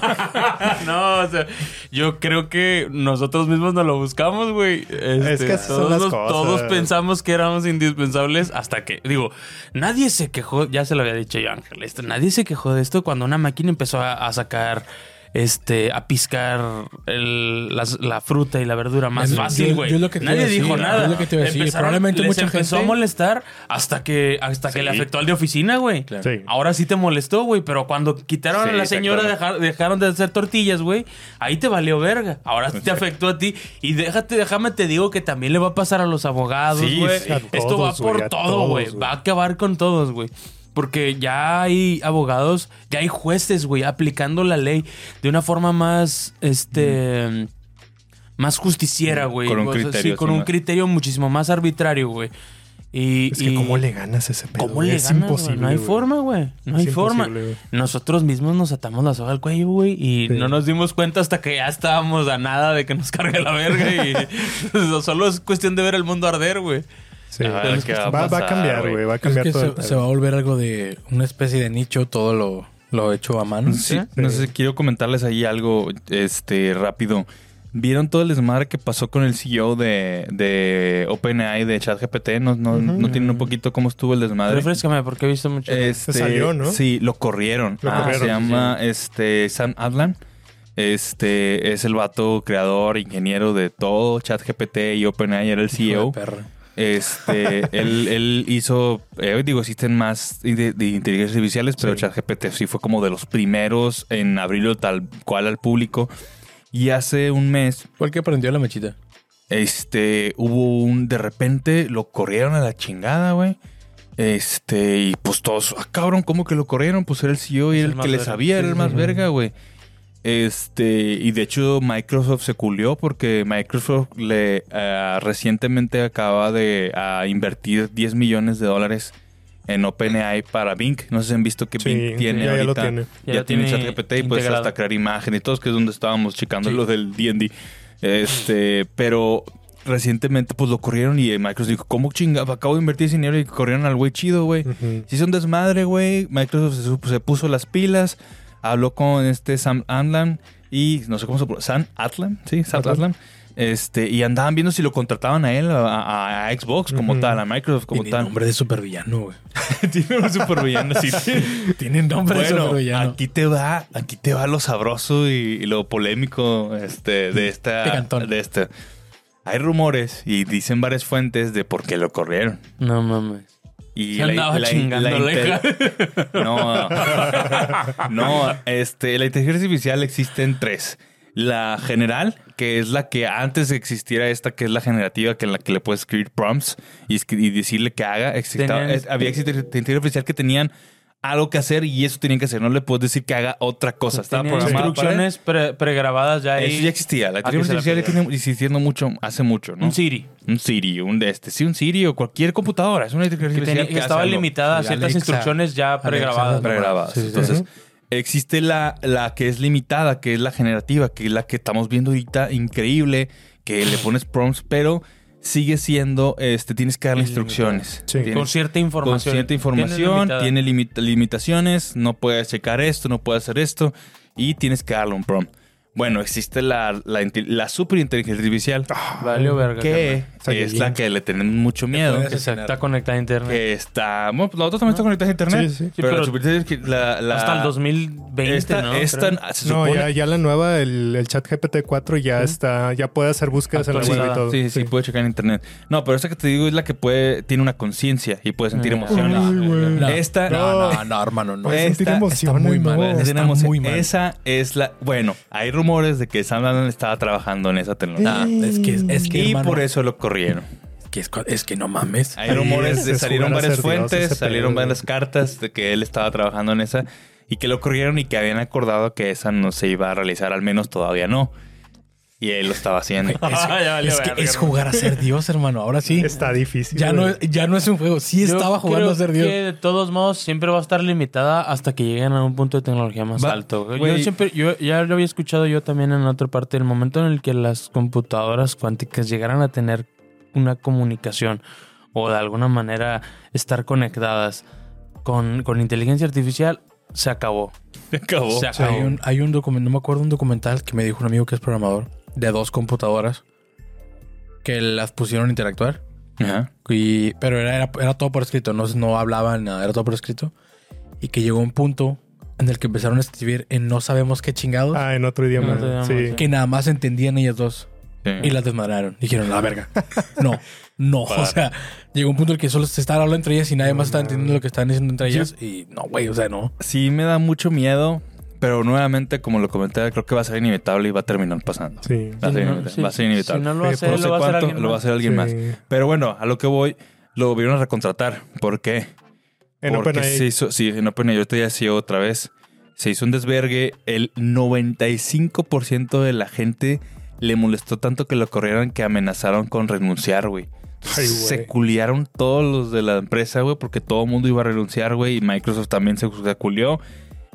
A: no, o sea, yo creo que nosotros mismos nos lo buscamos, güey. Este,
C: Es que así son
A: todos,
C: las
A: nos-
C: cosas.
A: todos pensamos que éramos indispensables hasta que, digo, nadie se quejó, ya se lo había dicho yo, Ángel, esto, nadie se quejó de esto cuando una máquina empezó a, a sacar. Este, a piscar el- las- la fruta y la verdura más
E: Es-
A: fácil,
E: yo-
A: güey.
E: yo es lo que te iba a
A: Nadie
E: decir,
A: dijo
E: es
A: nada.
E: lo que te iba a decir.
A: Empezaron-
E: Probablemente
A: les
E: mucha
A: empezó
E: gente-
A: a molestar hasta que, hasta que
B: Sí.
A: le afectó al de oficina, güey.
E: Claro.
C: Sí.
A: Ahora sí te molestó, güey, pero cuando quitaron a
B: Sí,
A: la señora,
B: exactamente.
A: dejar- dejaron de hacer tortillas, güey, ahí te valió verga. Ahora te afectó a ti. Y déjate, déjame te digo que también le va a pasar a los abogados,
B: Sí,
A: güey.
B: sí.
C: A
A: Esto va
C: todos, güey,
A: por
C: a
A: todo,
C: todos,
A: güey.
C: güey.
A: Va a acabar con todos, güey. Porque ya hay abogados, ya hay jueces, güey, aplicando la ley de una forma más, este... Más justiciera, güey.
B: Con un
A: O sea,
B: criterio,
A: Sí, con
B: sí,
A: un
B: más.
A: criterio muchísimo más arbitrario, güey. Y,
C: Es que
A: y-
C: ¿cómo le ganas a ese pedo?
A: ¿Cómo
C: güey?
A: le
C: es
A: ganas, güey?
C: imposible,
A: No hay
C: güey.
A: forma, güey. No
C: Es
A: hay forma.
C: imposible, güey.
A: Nosotros mismos nos atamos la soga al cuello, güey. Y
C: Sí.
A: no nos dimos cuenta hasta que ya estábamos a nada de que nos cargue la verga. Y solo es cuestión de ver el mundo arder, güey.
C: Sí.
B: A ver qué va a
C: Va, va a
B: pasar,
C: cambiar,
B: güey.
C: güey. Va a
E: Es
C: cambiar
E: que
C: todo. el
E: se,
C: pedo.
E: se va a volver algo de una especie de nicho, todo lo, lo hecho a mano.
B: Sí, no sé, quiero comentarles ahí algo este rápido. ¿Vieron todo el desmadre que pasó con el CEO de, de OpenAI, de ChatGPT? ¿No, no, ¿No tienen un poquito cómo estuvo el desmadre?
A: Refrescame porque he visto mucho.
B: Este,
C: Se Pues salió, ¿no?
B: Sí, lo corrieron.
C: Lo
B: Ah,
C: corrieron,
B: se
C: sí,
B: llama este Sam Adlan. Este es el vato creador, ingeniero de todo ChatGPT y OpenAI, era el E
E: Hijo
B: CEO.
E: de perra.
B: Este, él, él hizo, eh, digo, existen más de, de inteligencias artificiales, pero ChatGPT sí fue como de los primeros en abrirlo tal cual al público. Y hace un mes,
E: Fue el que prendió la mechita.
B: este, hubo un, de repente lo corrieron a la chingada, güey. Este, y pues todos, ah, cabrón, ¿cómo que lo corrieron? Pues era el CEO y
A: Es
B: era
A: el
B: el,
A: más
B: que le
A: verga.
B: sabía, era el más verga, güey. Este, y de hecho Microsoft se culió porque Microsoft le ah, recientemente acaba de ah, invertir 10 millones de dólares en OpenAI para Bing. No sé si han visto que
C: Sí,
B: Bing tiene
C: ya, ya lo
B: ahorita.
C: tiene.
B: Ya,
A: Ya lo
B: tiene
A: tiene
B: ChatGPT y puedes
A: integrado.
B: hasta crear imagen y todo, que es donde estábamos checando
A: Sí.
B: lo del D&D. Este, pero recientemente pues lo corrieron y Microsoft dijo, ¿cómo chingada? Acabo de invertir ese dinero y corrieron al güey chido, güey.
C: Ujú.
B: Se hizo un desmadre, güey. Microsoft se, supo- se puso las pilas, habló con este Sam Atlan y no sé cómo se pronuncia, Sam Atlan, sí, Sam
C: Atlan.
B: Atlan. Este, y andaban viendo si lo contrataban a él, a, a- a Xbox como
C: Ujú.
B: tal, a Microsoft como
E: Tiene
B: tal.
E: nombre de supervillano, güey.
B: Tiene un supervillano así.
E: Tiene nombre de
B: Bueno,
E: supervillano.
B: aquí te va, aquí te va lo sabroso y, y lo polémico este, de esta.
E: Este cantón.
B: De este. Hay rumores y dicen varias fuentes de por qué lo corrieron.
A: No mames.
B: Y
A: Se andaba chingando
B: intel- No, no, este, la inteligencia artificial existe en tres. La general, que es la que antes existiera esta, que es la generativa, que en la que le puedes escribir prompts y, escri- y decirle que haga. Exista-
A: Tenían- este
B: es- había existe- inteligencia artificial que tenían algo que hacer y eso tenían que hacer. No le puedes decir que haga otra cosa. Estaba
A: Tenía
B: programada para-
A: instrucciones pre- pregrabadas ya ahí.
B: Eso ya existía. La
A: Ah, que se
B: inteligencia
A: la
B: artificial ya
A: pidieron.
B: tiene existiendo mucho, hace mucho, ¿no?
A: Un Siri.
B: Un Siri, un de este, sí, un Siri o cualquier computadora. Es una inteligencia
A: Que, tenía-
B: artificial
A: que
B: que
A: estaba
B: hace algo
A: limitada a
E: Sí,
A: ciertas
E: Alexa.
A: instrucciones ya
E: Alexa,
A: pregrabadas.
E: Alexa.
B: pregrabadas.
E: Sí, sí, sí.
B: Entonces,
E: Ujú.
B: existe la, la que es limitada, que es la generativa, que es la que estamos viendo ahorita, increíble, que le pones prompts, pero sigue siendo, este, tienes que darle
A: Ilimitada.
B: instrucciones.
C: Sí.
B: Tienes-
A: Con cierta
B: con
A: información.
B: cierta información,
A: limitada.
B: tiene limita- limitaciones, no puedes checar esto, no puedes hacer esto, y tienes que darle un prompt. Bueno, existe la, la, intel- la superinteligencia artificial,
A: Valió verga.
B: que
C: Saiyajin.
B: es la que le tenemos mucho miedo.
E: puedes-
A: Que se- está conectada a internet.
B: Que está. Bueno, pues la otra también está conectada a
C: Sí,
B: internet.
C: sí. Sí,
B: Pero, la
A: pero
B: superinteligencia- la- la-
A: Hasta el 2020,
B: esta,
A: ¿no?
B: esta-
A: Creo.
B: se
C: No,
B: supone-
C: ya, ya la nueva, el, el chat GPT-4 ya está, ya puede hacer búsquedas en la web y
A: Actualizada.
C: todo.
B: Sí, sí, puede checar en internet. No, pero esta que te digo es la que puede, tiene una conciencia y puede
A: Ah.
B: sentir emociones.
C: Ay, güey.
E: No,
B: Esta-
E: No, no, no, hermano, no.
C: Puede
B: Esta-
C: sentir
B: está
C: emociones,
E: muy
C: ¿no?
E: mal,
B: Tiene
E: Está
B: emoción.
E: muy mal.
B: Esa es la. Bueno, hay rumores de que Sam Allen estaba trabajando en esa tecnología.
E: Ah, es que es que
B: y
E: hermano,
B: por eso lo corrieron.
E: que es, es que no mames.
B: Hay
C: Ahí
B: rumores,
C: es-
B: de-
C: es
B: salieron
C: jugar a
B: varias
C: ser Dios,
B: fuentes,
C: ese
B: salieron
C: pedo.
B: varias cartas de que él estaba trabajando en esa y que lo corrieron y que habían acordado que esa no se iba a realizar, al menos todavía no. Y él lo estaba haciendo.
E: Es,
A: ya valió
E: es que
A: verga,
E: es jugar a ser Dios, hermano. Ahora sí.
C: Está difícil.
E: Ya
C: güey.
E: no, ya no es un juego. Sí
A: Yo
E: estaba jugando
A: creo
E: a ser Dios.
A: que de todos modos siempre va a estar limitada hasta que lleguen a un punto de tecnología más
B: Va-
A: alto. güey.
B: güey.
A: Yo siempre, yo ya lo había escuchado yo también en otra parte, el momento en el que las computadoras cuánticas llegaran a tener una comunicación o de alguna manera estar conectadas con, con inteligencia artificial, se acabó.
B: Acabó.
A: Se
E: O sea,
A: acabó.
E: hay un, hay un documental, no me acuerdo un documental que me dijo un amigo que es programador de dos computadoras que las pusieron a interactuar.
B: Ajá.
E: Y, pero era, era, era todo por escrito, no, no hablaban nada, era todo por escrito. Y que llegó un punto en el que empezaron a escribir en no sabemos qué chingados,
C: Ah, en otro idioma.
A: En otro idioma,
C: sí.
A: sí.
E: que nada más entendían ellas dos.
B: Sí.
E: Y las desmadraron. Dijeron, la verga. No, no. O sea, llegó un punto en el que solo se estaban hablando entre ellas y nadie más estaba entendiendo lo que estaban diciendo entre ellas. Y no, güey, o sea, no.
B: Sí, me da mucho miedo, pero nuevamente, como lo comenté, creo que va a ser inevitable y va a terminar pasando.
C: Sí.
B: Va a ser,
A: No,
B: inevitable,
A: sí,
B: va a ser
A: si
B: inevitable.
A: no lo va a
C: Sí,
A: hacer,
B: No
C: pero
B: sé
A: lo va a hacer
B: cuánto,
A: alguien
B: lo va a
A: más.
B: hacer alguien más.
C: Sí.
B: Pero bueno, a lo que voy, lo vieron a recontratar. ¿Por qué?
C: En
B: porque
C: OpenAI.
B: se hizo, sí, en OpenAI, ahorita ya se hizo otra vez. Se hizo un desvergue. El 95% de la gente le molestó tanto que lo corrieron que amenazaron con renunciar, güey.
C: Ay, güey.
B: Se culiaron todos los de la empresa, güey, porque todo el mundo iba a renunciar, güey, y Microsoft también se se culió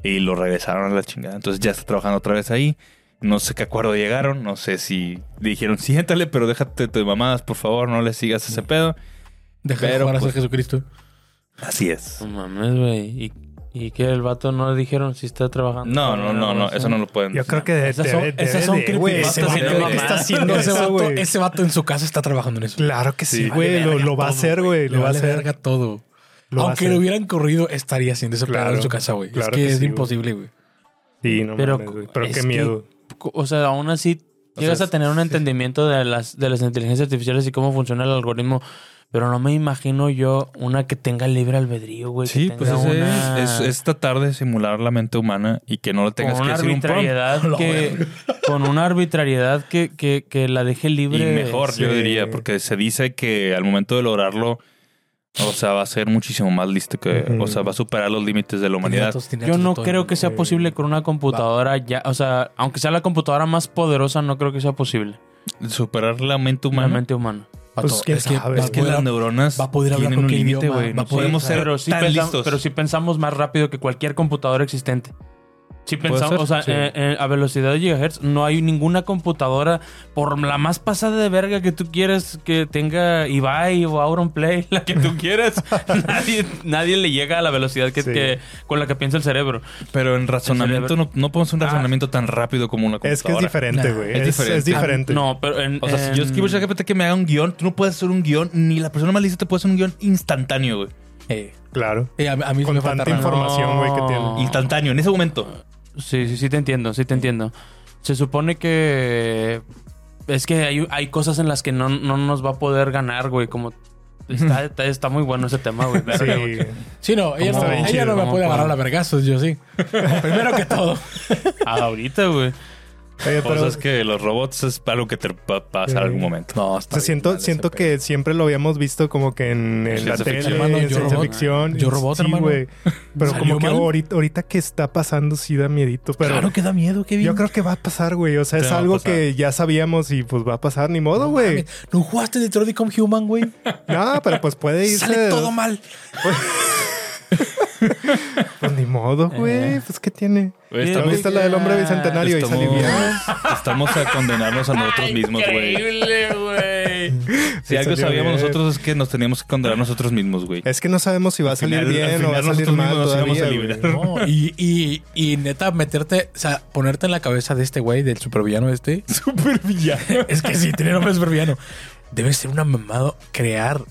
B: y lo regresaron a la chingada. Entonces ya está trabajando otra vez ahí. No sé qué acuerdo llegaron, no sé si dijeron, siéntale, pero déjate de mamadas, por favor, no le sigas a ese pedo.
E: Deja de
B: Pero,
E: jugar a ser
B: pues,
E: Jesucristo.
B: Así es.
A: No mames, güey. ¿Y, y que el vato no le dijeron si está trabajando.
B: No, no, no, no, eso no lo pueden
C: Yo creo que de,
A: Esas son-
C: de- de-
A: esas son
C: de- güey,
A: creepypastas
C: ese
A: y no
C: vato
A: mamadas.
C: está haciendo
E: ese,
C: eso,
E: vato,
C: güey.
E: ese vato en su casa está trabajando en eso.
C: Claro que sí,
B: Sí.
C: güey.
E: Vale
C: lo,
E: verga
C: lo va a
E: todo,
C: hacer, güey.
E: Le
C: Lo va a
E: vale
C: hacer.
E: verga todo.
C: Lo va a
E: Aunque lo
C: hacer.
E: hubieran corrido, estaría haciendo ese
C: Claro,
E: pedo en su casa, güey.
C: claro
E: es que,
C: que
E: es
C: sí,
E: imposible, güey.
C: Sí, no
A: Pero-
C: mames, güey. Pero
A: es
C: qué
A: que-
C: miedo.
A: O sea, aún así
B: O
A: llegas
B: sea,
A: a tener un entendimiento de las, de las inteligencias artificiales y cómo funciona el algoritmo. Pero no me imagino yo una que tenga libre albedrío, güey. que
B: Sí,
A: tenga
B: pues ese
A: una-
B: es, es- es tratar de simular la mente humana y que no le
A: Con
B: tengas que
A: una
B: decir un prompt.
A: arbitrariedad
E: La
A: que... Con una arbitrariedad que, que, que la deje
B: Y
A: libre.
B: mejor, yo
C: Sí.
B: diría, porque se dice que al momento de lograrlo, o sea, va a ser muchísimo más listo que, o sea, va a superar los límites de la humanidad.
E: Tiene datos, tiene
A: Yo
E: datos de
A: no
E: todo
A: creo
E: el
A: que sea
C: güey.
A: posible con una computadora ya... O sea, aunque sea la computadora más poderosa, no creo que sea posible.
B: Superar la mente humana.
A: La mente humana.
E: mundo.
C: Pues,
E: Vato,
C: quién
E: es que,
C: sabe,
E: va a
B: Es que
E: poder
B: las
E: hab-
B: neuronas
E: va a poder hablar
B: tienen un
E: cualquier
B: límite,
E: idioma,
B: güey.
E: va
B: No
E: a poder
B: podemos
E: hablar.
B: ser
A: Pero sí,
B: tan
A: pensam-
B: listos.
A: pero sí pensamos más rápido que cualquier computadora existente. Si
E: ¿Puede
A: pensamos,
E: ser?
A: o sea,
E: Sí.
A: eh, eh, a velocidad de gigahertz no hay ninguna computadora, por la más pasada de verga que tú quieras, que tenga Ibai o Auronplay, la que tú quieras, nadie, nadie le llega a la velocidad que,
C: Sí.
A: que- con la que piensa el cerebro.
B: Pero en razonamiento no, no podemos un
A: Ah.
B: razonamiento tan rápido como una computadora.
C: Es que es diferente,
E: Nah,
C: güey.
B: es
C: es, es diferente.
B: diferente.
A: No, pero en...
B: O sea, si yo
A: en-
B: escribo ChatGPT que me haga un guión, tú no puedes hacer un guión, ni la persona más lista te puede hacer un guión instantáneo, güey.
E: Eh,
C: Claro.
E: eh, a, a mí sí
C: Con
E: me
C: tanta
E: falta raro.
C: información, güey, que
A: No.
C: tiene.
B: Ah. Instantáneo, en ese momento.
A: Sí, sí, sí te entiendo, sí te entiendo. Se supone que es que hay, hay cosas en las que no, no nos va a poder ganar, güey, como está, está, está muy bueno ese tema, güey. verga, güey.
C: Sí.
E: Sí, no, ella
A: ¿Cómo?
C: Está
E: no,
C: bien
E: ella
C: chido,
E: no me
A: ¿cómo
E: puede agarrar
A: puedo?
E: la vergazos, yo sí. Primero que todo.
A: Ahorita, güey.
C: Oye, pero
B: Cosas que los robots es algo que te va a pasar
C: Sí.
B: algún momento.
E: No,
C: o sea, siento, siento que siempre lo habíamos visto como que en, en la
B: Ciencia
C: tele,
B: ficción.
E: Hermano,
C: en
E: yo
C: ciencia
E: robot.
C: ficción.
E: Yo robot,
C: sí,
E: hermano.
C: güey. Pero
E: ¿Salió
C: como que
E: mal?
C: ahorita, ahorita que está pasando sí da miedito. Pero
E: Claro que da miedo, Kevin.
C: yo creo que va a pasar, güey. O sea,
B: Sí,
C: es
B: va a
C: algo
B: pasar.
C: que ya sabíamos y pues va a pasar. Ni modo, güey.
E: No jugaste Detroit Become Human, güey.
C: No, pero pues puede irse.
E: Sale todo mal.
C: Pues ni modo,
E: Eh.
C: güey. Pues qué tiene.
B: Güey,
C: ¿No viste la del hombre bicentenario y salí bien?
B: estamos a condenarnos a nosotros mismos, güey.
A: Increíble, güey.
B: Si algo
C: Salió
B: sabíamos
C: bien. Eh,
B: nosotros es que nos teníamos que condenar nosotros mismos, güey.
C: Es que no sabemos si va a salir
B: final- al
C: bien o va a
B: final
C: salir
B: nosotros
C: mal
B: mismos nos íbamos a
C: todavía.
B: liberar.
C: güey.
E: No, y, y, y neta, meterte, o sea, ponerte en la cabeza de este güey, del supervillano este. Supervillano. es que sí, tiene nombre de supervillano. Debe ser una mamada crear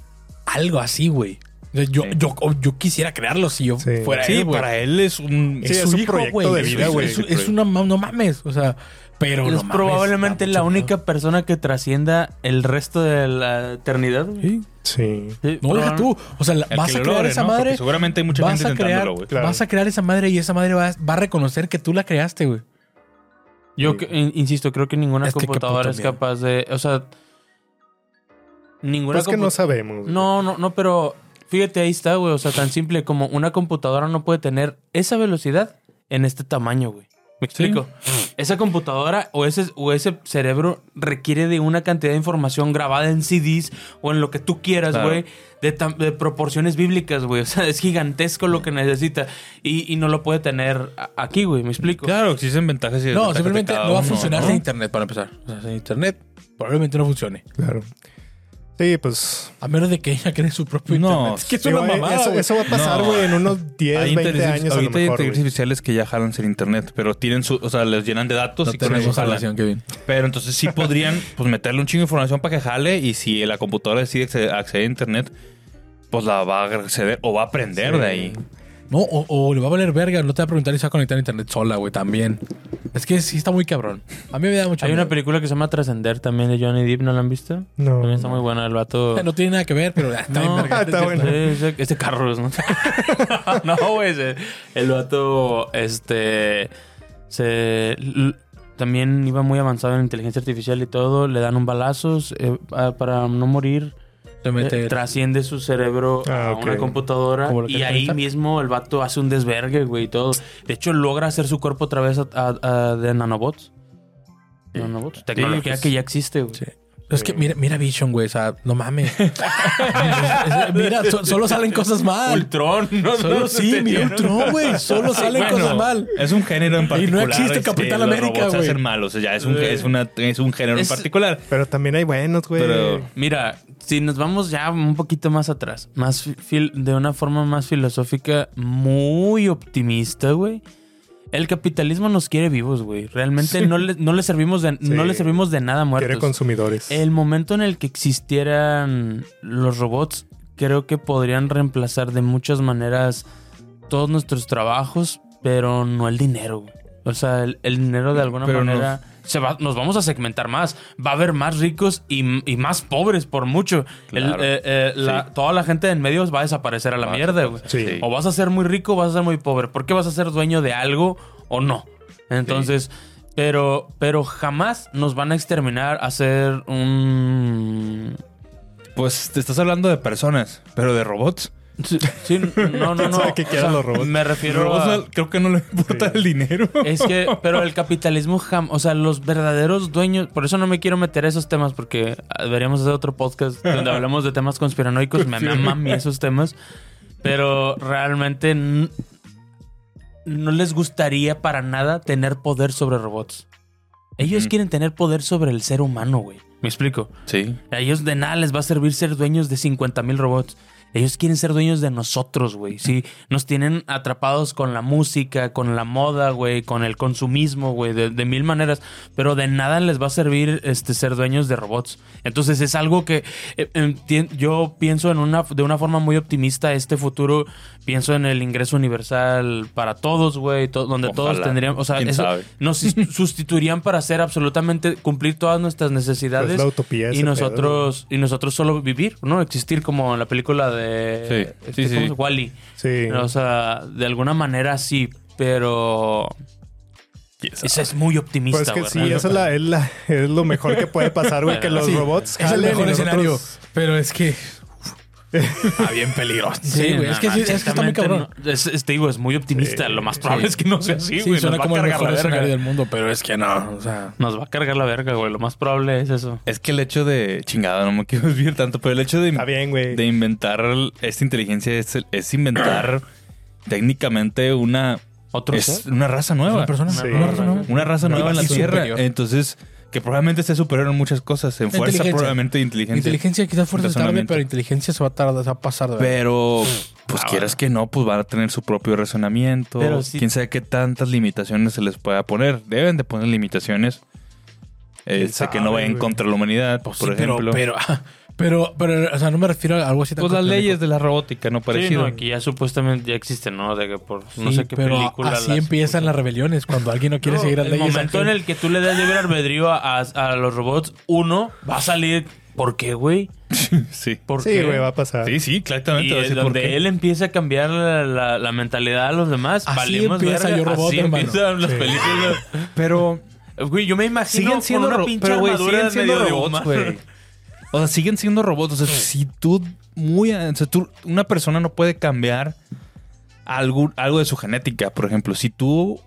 E: algo así, güey. O sea, Yo,
B: Sí.
E: yo, yo quisiera crearlo si yo
C: Sí.
E: fuera
B: Sí,
E: él, güey.
B: para él es un...
C: Sí, es un proyecto de
E: es-
C: vida,
E: es-
C: güey.
E: Es, es una mam- no mames. O sea, pero. no
A: Es
E: mames,
A: probablemente
E: da
A: la
E: mucho
A: única persona que trascienda el resto de la eternidad, güey.
E: miedo. Sí.
C: Sí.
A: Sí,
E: No,
A: probable-
E: deja tú. O sea, la-
B: El
E: vas
B: que
E: a
B: lo
E: crear
B: logre,
E: esa
B: ¿no?
E: madre.
B: Porque seguramente hay mucha
E: Vas
B: gente
E: a, crear,
B: intentándolo, güey.
C: Claey. Claro.
E: vas a crear esa madre y esa madre va, va a reconocer que tú la creaste, güey.
A: Yo que- in- insisto, creo que ninguna
E: Es que qué
A: computadora
E: puto
A: es
E: miedo.
A: capaz de, o sea, ninguna
C: Pues es que
A: compu-
C: no sabemos. güey.
A: No, no, no, pero fíjate, ahí está, güey. O sea, tan simple como una computadora no puede tener esa velocidad en este tamaño, güey. ¿Me explico? Esa computadora o ese, o ese cerebro requiere de una cantidad de información grabada en CDs o en lo que tú quieras,
B: Claro.
A: güey, de, tam- de proporciones bíblicas, güey. O sea, es gigantesco lo que necesita y, y no lo puede tener a- aquí, güey. ¿Me explico?
B: Claro, existen ventajas y desventajas
E: No,
B: de
E: simplemente
B: cada
E: no va a
B: uno,
E: funcionar
B: ¿no?
E: sin internet para empezar. O sea, sin internet probablemente no funcione.
C: Claro. Sí, pues.
E: A menos de que ella cree su propio
B: No,
E: internet. Es que es una
C: digo, eh,
E: mamada,
C: eso,
E: güey.
C: eso va a pasar,
B: No.
C: güey, en unos 10,
B: Hay
C: 20
B: inteligencias-
C: años a lo
B: ahorita hay
C: mejor.
B: inteligencias
C: güey.
B: artificiales que ya jalan sin internet, pero tienen su, o sea, les llenan de datos
E: No
B: y con eso
E: tenemos
B: jalan.
E: relación, Kevin.
B: Pero entonces sí podrían pues meterle un chingo de información para que jale y si la computadora decide acce- acceder a internet, pues la va a acceder o va a aprender
C: Sí.
B: de ahí.
E: No, o, o le va a valer verga. No te va a preguntar si se va a conectar a internet sola, güey, también. Es que sí está muy cabrón. A mí me da mucho
A: Hay una
E: miedo.
A: película que se llama Trascender también de Johnny Depp, ¿no la han visto?
C: No.
A: También está muy buena, el vato.
E: No tiene nada que ver, pero está bien verga.
C: Ah, está bueno.
A: Sí, ese, ese Carlos, ¿no? no, güey. ese- El vato, este. Se. l- También iba muy avanzado en inteligencia artificial y todo. Le dan un balazos eh, a- para no morir.
E: Se mete-
A: eh, trasciende su cerebro
C: Ah,
A: a
C: ok.
A: una computadora.
E: Como lo que
A: Y
E: te
A: ahí
E: comenté.
A: mismo el vato hace un desvergue, güey, y todo. De hecho, logra hacer su cuerpo otra vez a- a- a- de nanobots. Nanobots. Tecnología
B: pues-
A: que ya existe, güey.
E: Sí. Es que mira, mira Vision, güey. O sea, no mames. mira, so- solo salen cosas mal.
A: Ultron, no,
E: Solo, sí, mira Ultron, güey. Solo salen
B: Bueno,
E: cosas mal.
B: Es un género en particular.
E: existe
B: este,
E: Capitán
B: los
E: América,
B: robots se
E: güey.
B: hacen malos, o sea, ya es un, es una, es un género
A: Es-
B: en particular.
C: Pero también hay buenos, güey.
B: Pero-
A: Mira, si nos vamos ya un poquito más atrás, más fi- fil- de una forma más filosófica, muy optimista, güey. El capitalismo nos quiere vivos, güey. Realmente no, le, no, le servimos de, no le servimos de nada
C: Quiere
A: muertos.
C: consumidores.
B: Pues.
A: El momento en el que existieran los robots, creo que podrían reemplazar de muchas maneras todos nuestros trabajos, pero no el dinero. güey. O sea, el, el dinero de alguna
B: Pero nos-
A: manera se va- nos vamos a segmentar más. Va a haber más ricos y, y más pobres por mucho. El-
B: Claro.
A: eh, eh, la-
B: Sí.
A: Toda la gente en medio va a desaparecer a la
B: Va a
A: mierda, güey.
C: Sí.
B: Sí.
A: O vas a ser muy rico o vas a ser muy pobre. ¿Por qué vas a ser dueño de algo o no? Entonces, pero, pero jamás nos van a exterminar a ser un...
B: Pues te estás hablando de personas, pero de robots.
A: Sí, sí, no, no, no.
C: Sabe que quieran los robots.
A: Me refiero
B: robots
A: a...
B: no- creo que no le importa
C: Sí.
B: el dinero.
A: Es que, pero el capitalismo, jam- o sea, los verdaderos dueños, por eso no me quiero meter a esos temas, porque deberíamos hacer otro podcast donde hablamos de temas conspiranoicos, me maman a mí esos temas, pero realmente n- no les gustaría para nada tener poder sobre robots. Ellos
B: Ujú.
A: quieren tener poder sobre el ser humano, güey. Me explico.
B: Sí.
A: A ellos de nada les va a servir ser dueños de 50 mil robots. Ellos quieren ser dueños de nosotros, güey. Sí, nos tienen atrapados con la música, con la moda, güey, con el consumismo, güey, de, de mil maneras. Pero de nada les va a servir este, ser dueños de robots. Entonces es algo que eh, enti- yo pienso en una, de una forma muy optimista este futuro. Pienso en el ingreso universal para todos, güey, to- donde todos
B: Ojalá.
A: tendrían, o sea,
B: ¿Quién
A: eso-
B: sabe?
A: nos sus- sustituirían para hacer absolutamente cumplir todas nuestras necesidades
C: Es Pues, la utopía
A: y
C: ese
A: nosotros y nosotros solo vivir, ¿no? Existir como en la película de este,
B: Sí, sí, sí.
A: Wally.
C: Sí.
A: O sea, de alguna manera sí, pero
B: Quién sabe.
A: esa es muy optimista,
C: Pues que
A: güey,
C: sí,
A: realmente.
C: eso es, la- es la- es lo mejor que puede pasar, güey, que los
E: Sí,
C: robots
E: Es el
C: jalen y
E: mejor
C: nosotros-
E: escenario. Pero es que. Está bien peligroso. Sí, güey.
A: no,
E: es, que, sí,
A: no,
E: es que está muy cabrón.
A: exactamente, no. es, es- te digo, es muy optimista. Lo más probable
E: sí.
A: es que no sea así,
E: Sí,
A: güey.
E: suena
A: Nos va a
E: como el
A: cargar
E: mejor
A: la
E: escenario
A: verga.
E: del mundo, pero es que no. O sea.
A: Nos va a cargar la verga, güey. Lo más probable es eso.
B: Es que el hecho de. Chingada, no me quiero desviar tanto, pero el hecho de,
C: Está bien, güey.
B: de inventar el- esta inteligencia es, el- es inventar técnicamente una.
A: Otro
B: es
A: ser.
B: una raza nueva.
E: Una persona.
C: Sí.
E: una persona nueva.
B: Una raza
E: Una
B: nueva en la
E: raza
B: Tierra.
E: superior.
B: Entonces, que probablemente esté superior en muchas cosas. En fuerza,
E: Inteligencia.
B: probablemente inteligencia.
E: Inteligencia quizás fuerza tarde,
B: Razonamiento.
E: pero inteligencia se va a tardar, se va a pasar de verdad.
B: Pero, pues quieras que no, pues van a tener su propio razonamiento.
A: Pero sí-
B: Quién sabe qué tantas limitaciones se les pueda poner. Deben de poner limitaciones. Eh,
C: Quién
B: sé que no
C: sabe,
B: vayan
C: güey.
B: contra la humanidad,
E: Pues sí,
B: por
E: pero,
B: ejemplo.
E: pero, pero, pero, o sea, no me refiero a algo así tan
B: pues las
E: cósmico.
B: leyes de la robótica, no
A: Sí,
B: parecido.
A: no, aquí ya supuestamente ya existen, ¿no? De que por no
E: Sí,
A: sé qué
E: pero
A: película.
E: Así
A: las-
E: empiezan las rebeliones, cuando alguien no quiere
A: No,
E: seguir las
A: el
E: leyes.
A: momento en
E: aunque-
A: el que tú le das libre albedrío a, a- a los robots, uno va a salir. ¿Por qué, güey?
B: sí.
A: ¿Por
C: Sí,
A: qué?
C: güey, va a pasar.
B: Sí, sí, exactamente.
A: Y
B: te voy a
A: es
B: decir por
A: donde
B: qué.
A: él empieza a cambiar la, la- la mentalidad de los demás,
E: Así
A: valimos
E: empieza
A: verga.
E: Yo, Robot,
A: Así
E: hermano.
A: empiezan las
C: Sí.
A: películas.
B: Pero
A: Güey, yo me imagino
B: siguen siendo,
A: con una
B: ro-
A: pinche
B: pero, güey,
A: armadura
B: siguen
A: en medio
B: siendo
A: de
B: robots,
A: humano.
B: güey. O sea, siguen siendo robots. O sea, si tú muy, o sea, tú- una persona no puede cambiar algo, algo de su genética, por ejemplo, si tú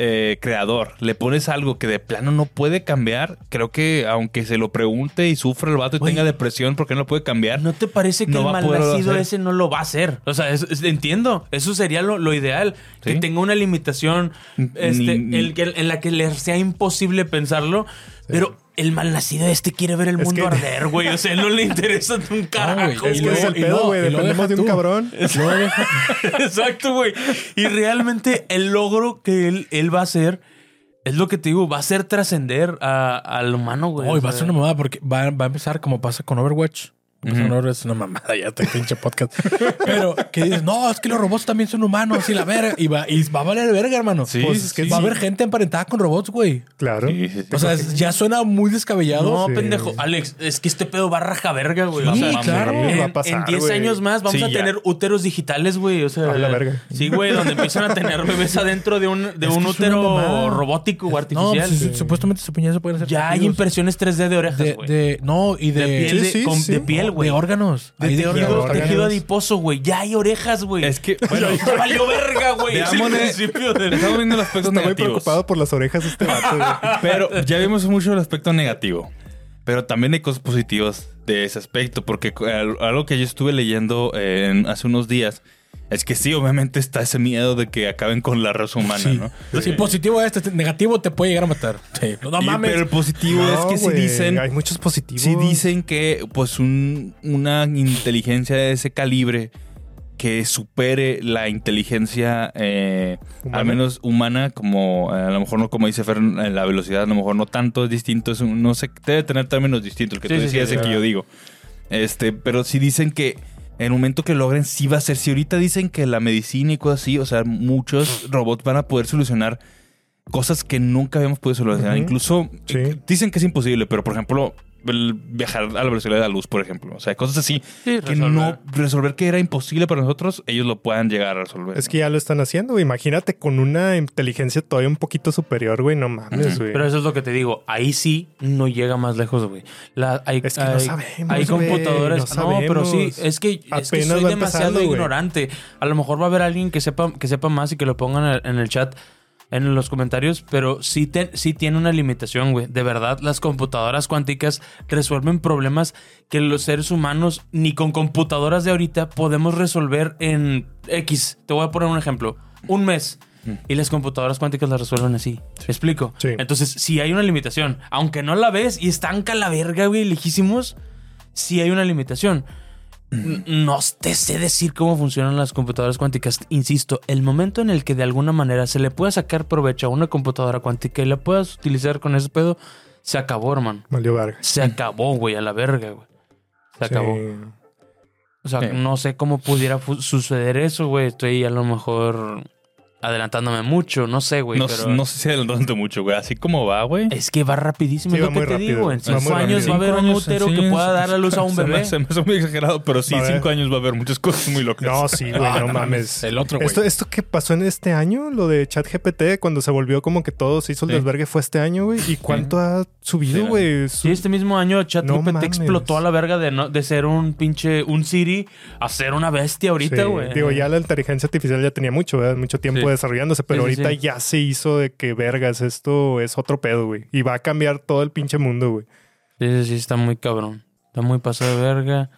B: eh, creador le pones algo que de plano no puede cambiar, creo que aunque se lo pregunte y sufra el vato y
A: Güey.
B: tenga depresión porque no lo puede cambiar,
A: ¿No te parece que
B: No
A: el
B: va a poderlo
A: malnacido
B: hacer.
A: ese no lo va a hacer? O sea, es- es- entiendo. Eso sería lo, lo ideal. Que
B: Sí.
A: tenga una limitación este,
B: Ni-
A: el que- en la que le sea imposible pensarlo. Pero el malnacido este quiere ver el
C: Es
A: mundo
C: que-
A: arder, güey. O sea, no le interesa un
E: No, güey,
A: carajo.
C: Es que
A: güey.
C: es el
E: y
C: pedo,
E: luego-
C: güey,
E: y luego
C: dependemos
E: deja
C: de un
E: tú.
C: cabrón.
E: Luego deja-
A: Exacto, güey. Y realmente el logro que él, él va a hacer... Es lo que te digo, va a ser trascender a- al humano, güey.
E: No, y
A: O
E: va a
A: sea,
E: ser una mamada porque va, va a empezar como pasa con Overwatch. Va a ser
B: Ujú.
E: un Overwatch, Es una mamada, ya te pinche podcast. Pero que dices, no, es que los robots también son humanos y la verga. Y va, y va a valer verga, hermano.
B: Sí,
E: Pues es que
B: sí.
E: va a haber gente emparentada con robots, güey.
C: Claro.
B: Sí, sí, sí.
E: O sea, es- ya suena muy descabellado.
A: No,
C: Sí.
A: pendejo. Alex, es que este pedo va a raja verga, güey.
E: Sí,
A: o sea,
E: claro.
A: En,
C: Va a pasar,
A: en 10
C: güey.
A: años más vamos
B: Sí,
A: a
B: ya.
A: tener úteros digitales, güey. O sea,
C: A la verga.
A: Sí, güey, donde empiezan a tener bebés adentro de un, de
E: Es
A: un
E: que es una
A: útero
E: mamada.
A: robótico o
E: No,
A: artificial.
E: pues, supuestamente su piña se pueden hacer.
A: ya hay
E: tejidos.
A: impresiones 3D de
E: de,
A: orejas, güey. De,
E: de- No, y de.
A: piel,
C: Sí,
A: de,
C: sí,
A: con-
C: sí.
A: de piel, güey.
E: De órganos.
A: De
E: Hay
A: tejido,
C: órganos.
A: tejido adiposo, güey. Ya hay orejas, güey.
B: es que bueno,
A: Ya valió verga, güey. Es el
B: Veámosle-
A: principio del-
B: estamos viendo el aspecto
C: Está muy
B: negativo.
C: preocupado por las orejas este vato, güey.
B: Pero ya vimos mucho el aspecto negativo. Pero también hay cosas positivas de ese aspecto, porque cu- al- algo que yo estuve leyendo eh, en- hace unos días es que sí, obviamente está ese miedo de que acaben con la raza humana,
E: Sí.
B: ¿no?
E: Si positivo es, este, negativo te puede llegar a matar. Sí. No, no
B: Y-
E: mames.
B: pero el positivo es
C: No,
B: que si
C: güey,
B: dicen,
C: Hay muchos positivos.
B: si dicen que pues un- una inteligencia de ese calibre que supere la inteligencia eh,
C: Humana.
B: al menos humana, como eh, a lo mejor no como dice Fer, eh, la velocidad a lo mejor no tanto es distinto, es un- no sé, debe tener términos distintos, el que
A: Sí,
B: tú
A: sí,
B: decías
A: sí,
B: el
A: sí.
B: que yo digo. Este, pero si dicen que en el momento que logren sí va a ser, si ahorita dicen que la medicina y cosas así, o sea, muchos robots van a poder solucionar cosas que nunca habíamos podido solucionar,
C: Ujú.
B: incluso
C: Sí.
B: dicen que es imposible, pero por ejemplo, el viajar a la velocidad de la luz, por ejemplo, o sea, cosas así
A: Sí,
B: que
A: resolver.
B: no resolver que era imposible para nosotros, ellos lo puedan llegar a resolver.
C: Es que ya lo están haciendo, güey. Imagínate con una inteligencia todavía un poquito superior, güey. No mames, güey.
A: Pero eso es lo que te digo. Ahí sí no llega más lejos, güey. La- hay,
C: Es que no
A: hay-
C: sabemos,
A: hay
C: güey,
A: computadoras.
C: no
A: No, pero sí,
C: sabemos.
A: es que, es que
C: Apenas
A: soy
C: va
A: demasiado
C: empezando, güey.
A: ignorante. A lo mejor va a haber alguien que sepa, que sepa más y que lo pongan en el, en el chat, en los comentarios. Pero sí, te- sí tiene una limitación, güey. De verdad, las computadoras cuánticas resuelven problemas que los seres humanos ni con computadoras de ahorita podemos resolver en X. Te voy a poner un ejemplo. Un mes. Y las computadoras cuánticas las resuelven así. ¿Me explico?
C: Sí.
A: Entonces, si hay una limitación, aunque no la ves y estanca la verga, güey, lejísimos, si hay una limitación. N- No te sé decir cómo funcionan las computadoras cuánticas. Insisto, el momento en el que de alguna manera se le pueda sacar provecho a una computadora cuántica y la puedas utilizar con ese pedo, se acabó, hermano.
C: Valió verga.
A: Se acabó, güey, a la verga, güey. Se acabó.
C: Mm. Sí.
A: O sea,
B: Sí.
A: no sé cómo pudiera fu- suceder eso, güey. Estoy a lo mejor adelantándome mucho, no sé, güey.
B: no,
A: pero
B: no sé si adelantando mucho, güey. Así como va, güey.
A: Es que va rapidísimo,
C: Sí,
A: es
C: va
A: lo que
C: muy
A: te
C: rápido.
A: digo. En
C: Va
A: cinco
C: muy
A: años
C: rápido.
A: va a haber un
E: Cinco
A: útero
E: años,
A: que
E: sí,
A: pueda
E: sí,
A: dar a luz a un
B: Se me
A: bebé.
B: hace- se me hace muy exagerado, pero sí,
C: Va a haber-
B: cinco años va a haber muchas cosas muy locas.
C: No, sí, güey, no mames.
E: El otro, güey.
C: Esto, esto que pasó en este año, lo de ChatGPT, cuando se volvió como que todo se hizo el
B: Sí.
C: desvergue, fue este año, güey. ¿Y cuánto ha
B: Sí,
C: subido,
B: la
C: güey?
A: Sí, este mismo año
C: No
A: ChatGPT
C: mames.
A: explotó a la verga de, no- de ser un pinche, un Siri a ser una bestia ahorita,
C: Sí,
A: güey.
C: Digo, ya la inteligencia artificial ya tenía mucho, ¿verdad? mucho tiempo
A: Sí.
C: desarrollándose, pero
A: Sí, sí,
C: ahorita
A: sí.
C: ya se hizo de que vergas, esto es otro pedo, güey. Y va a cambiar todo el pinche mundo, güey.
A: Sí, sí, sí, está muy cabrón. Está muy pasado de verga.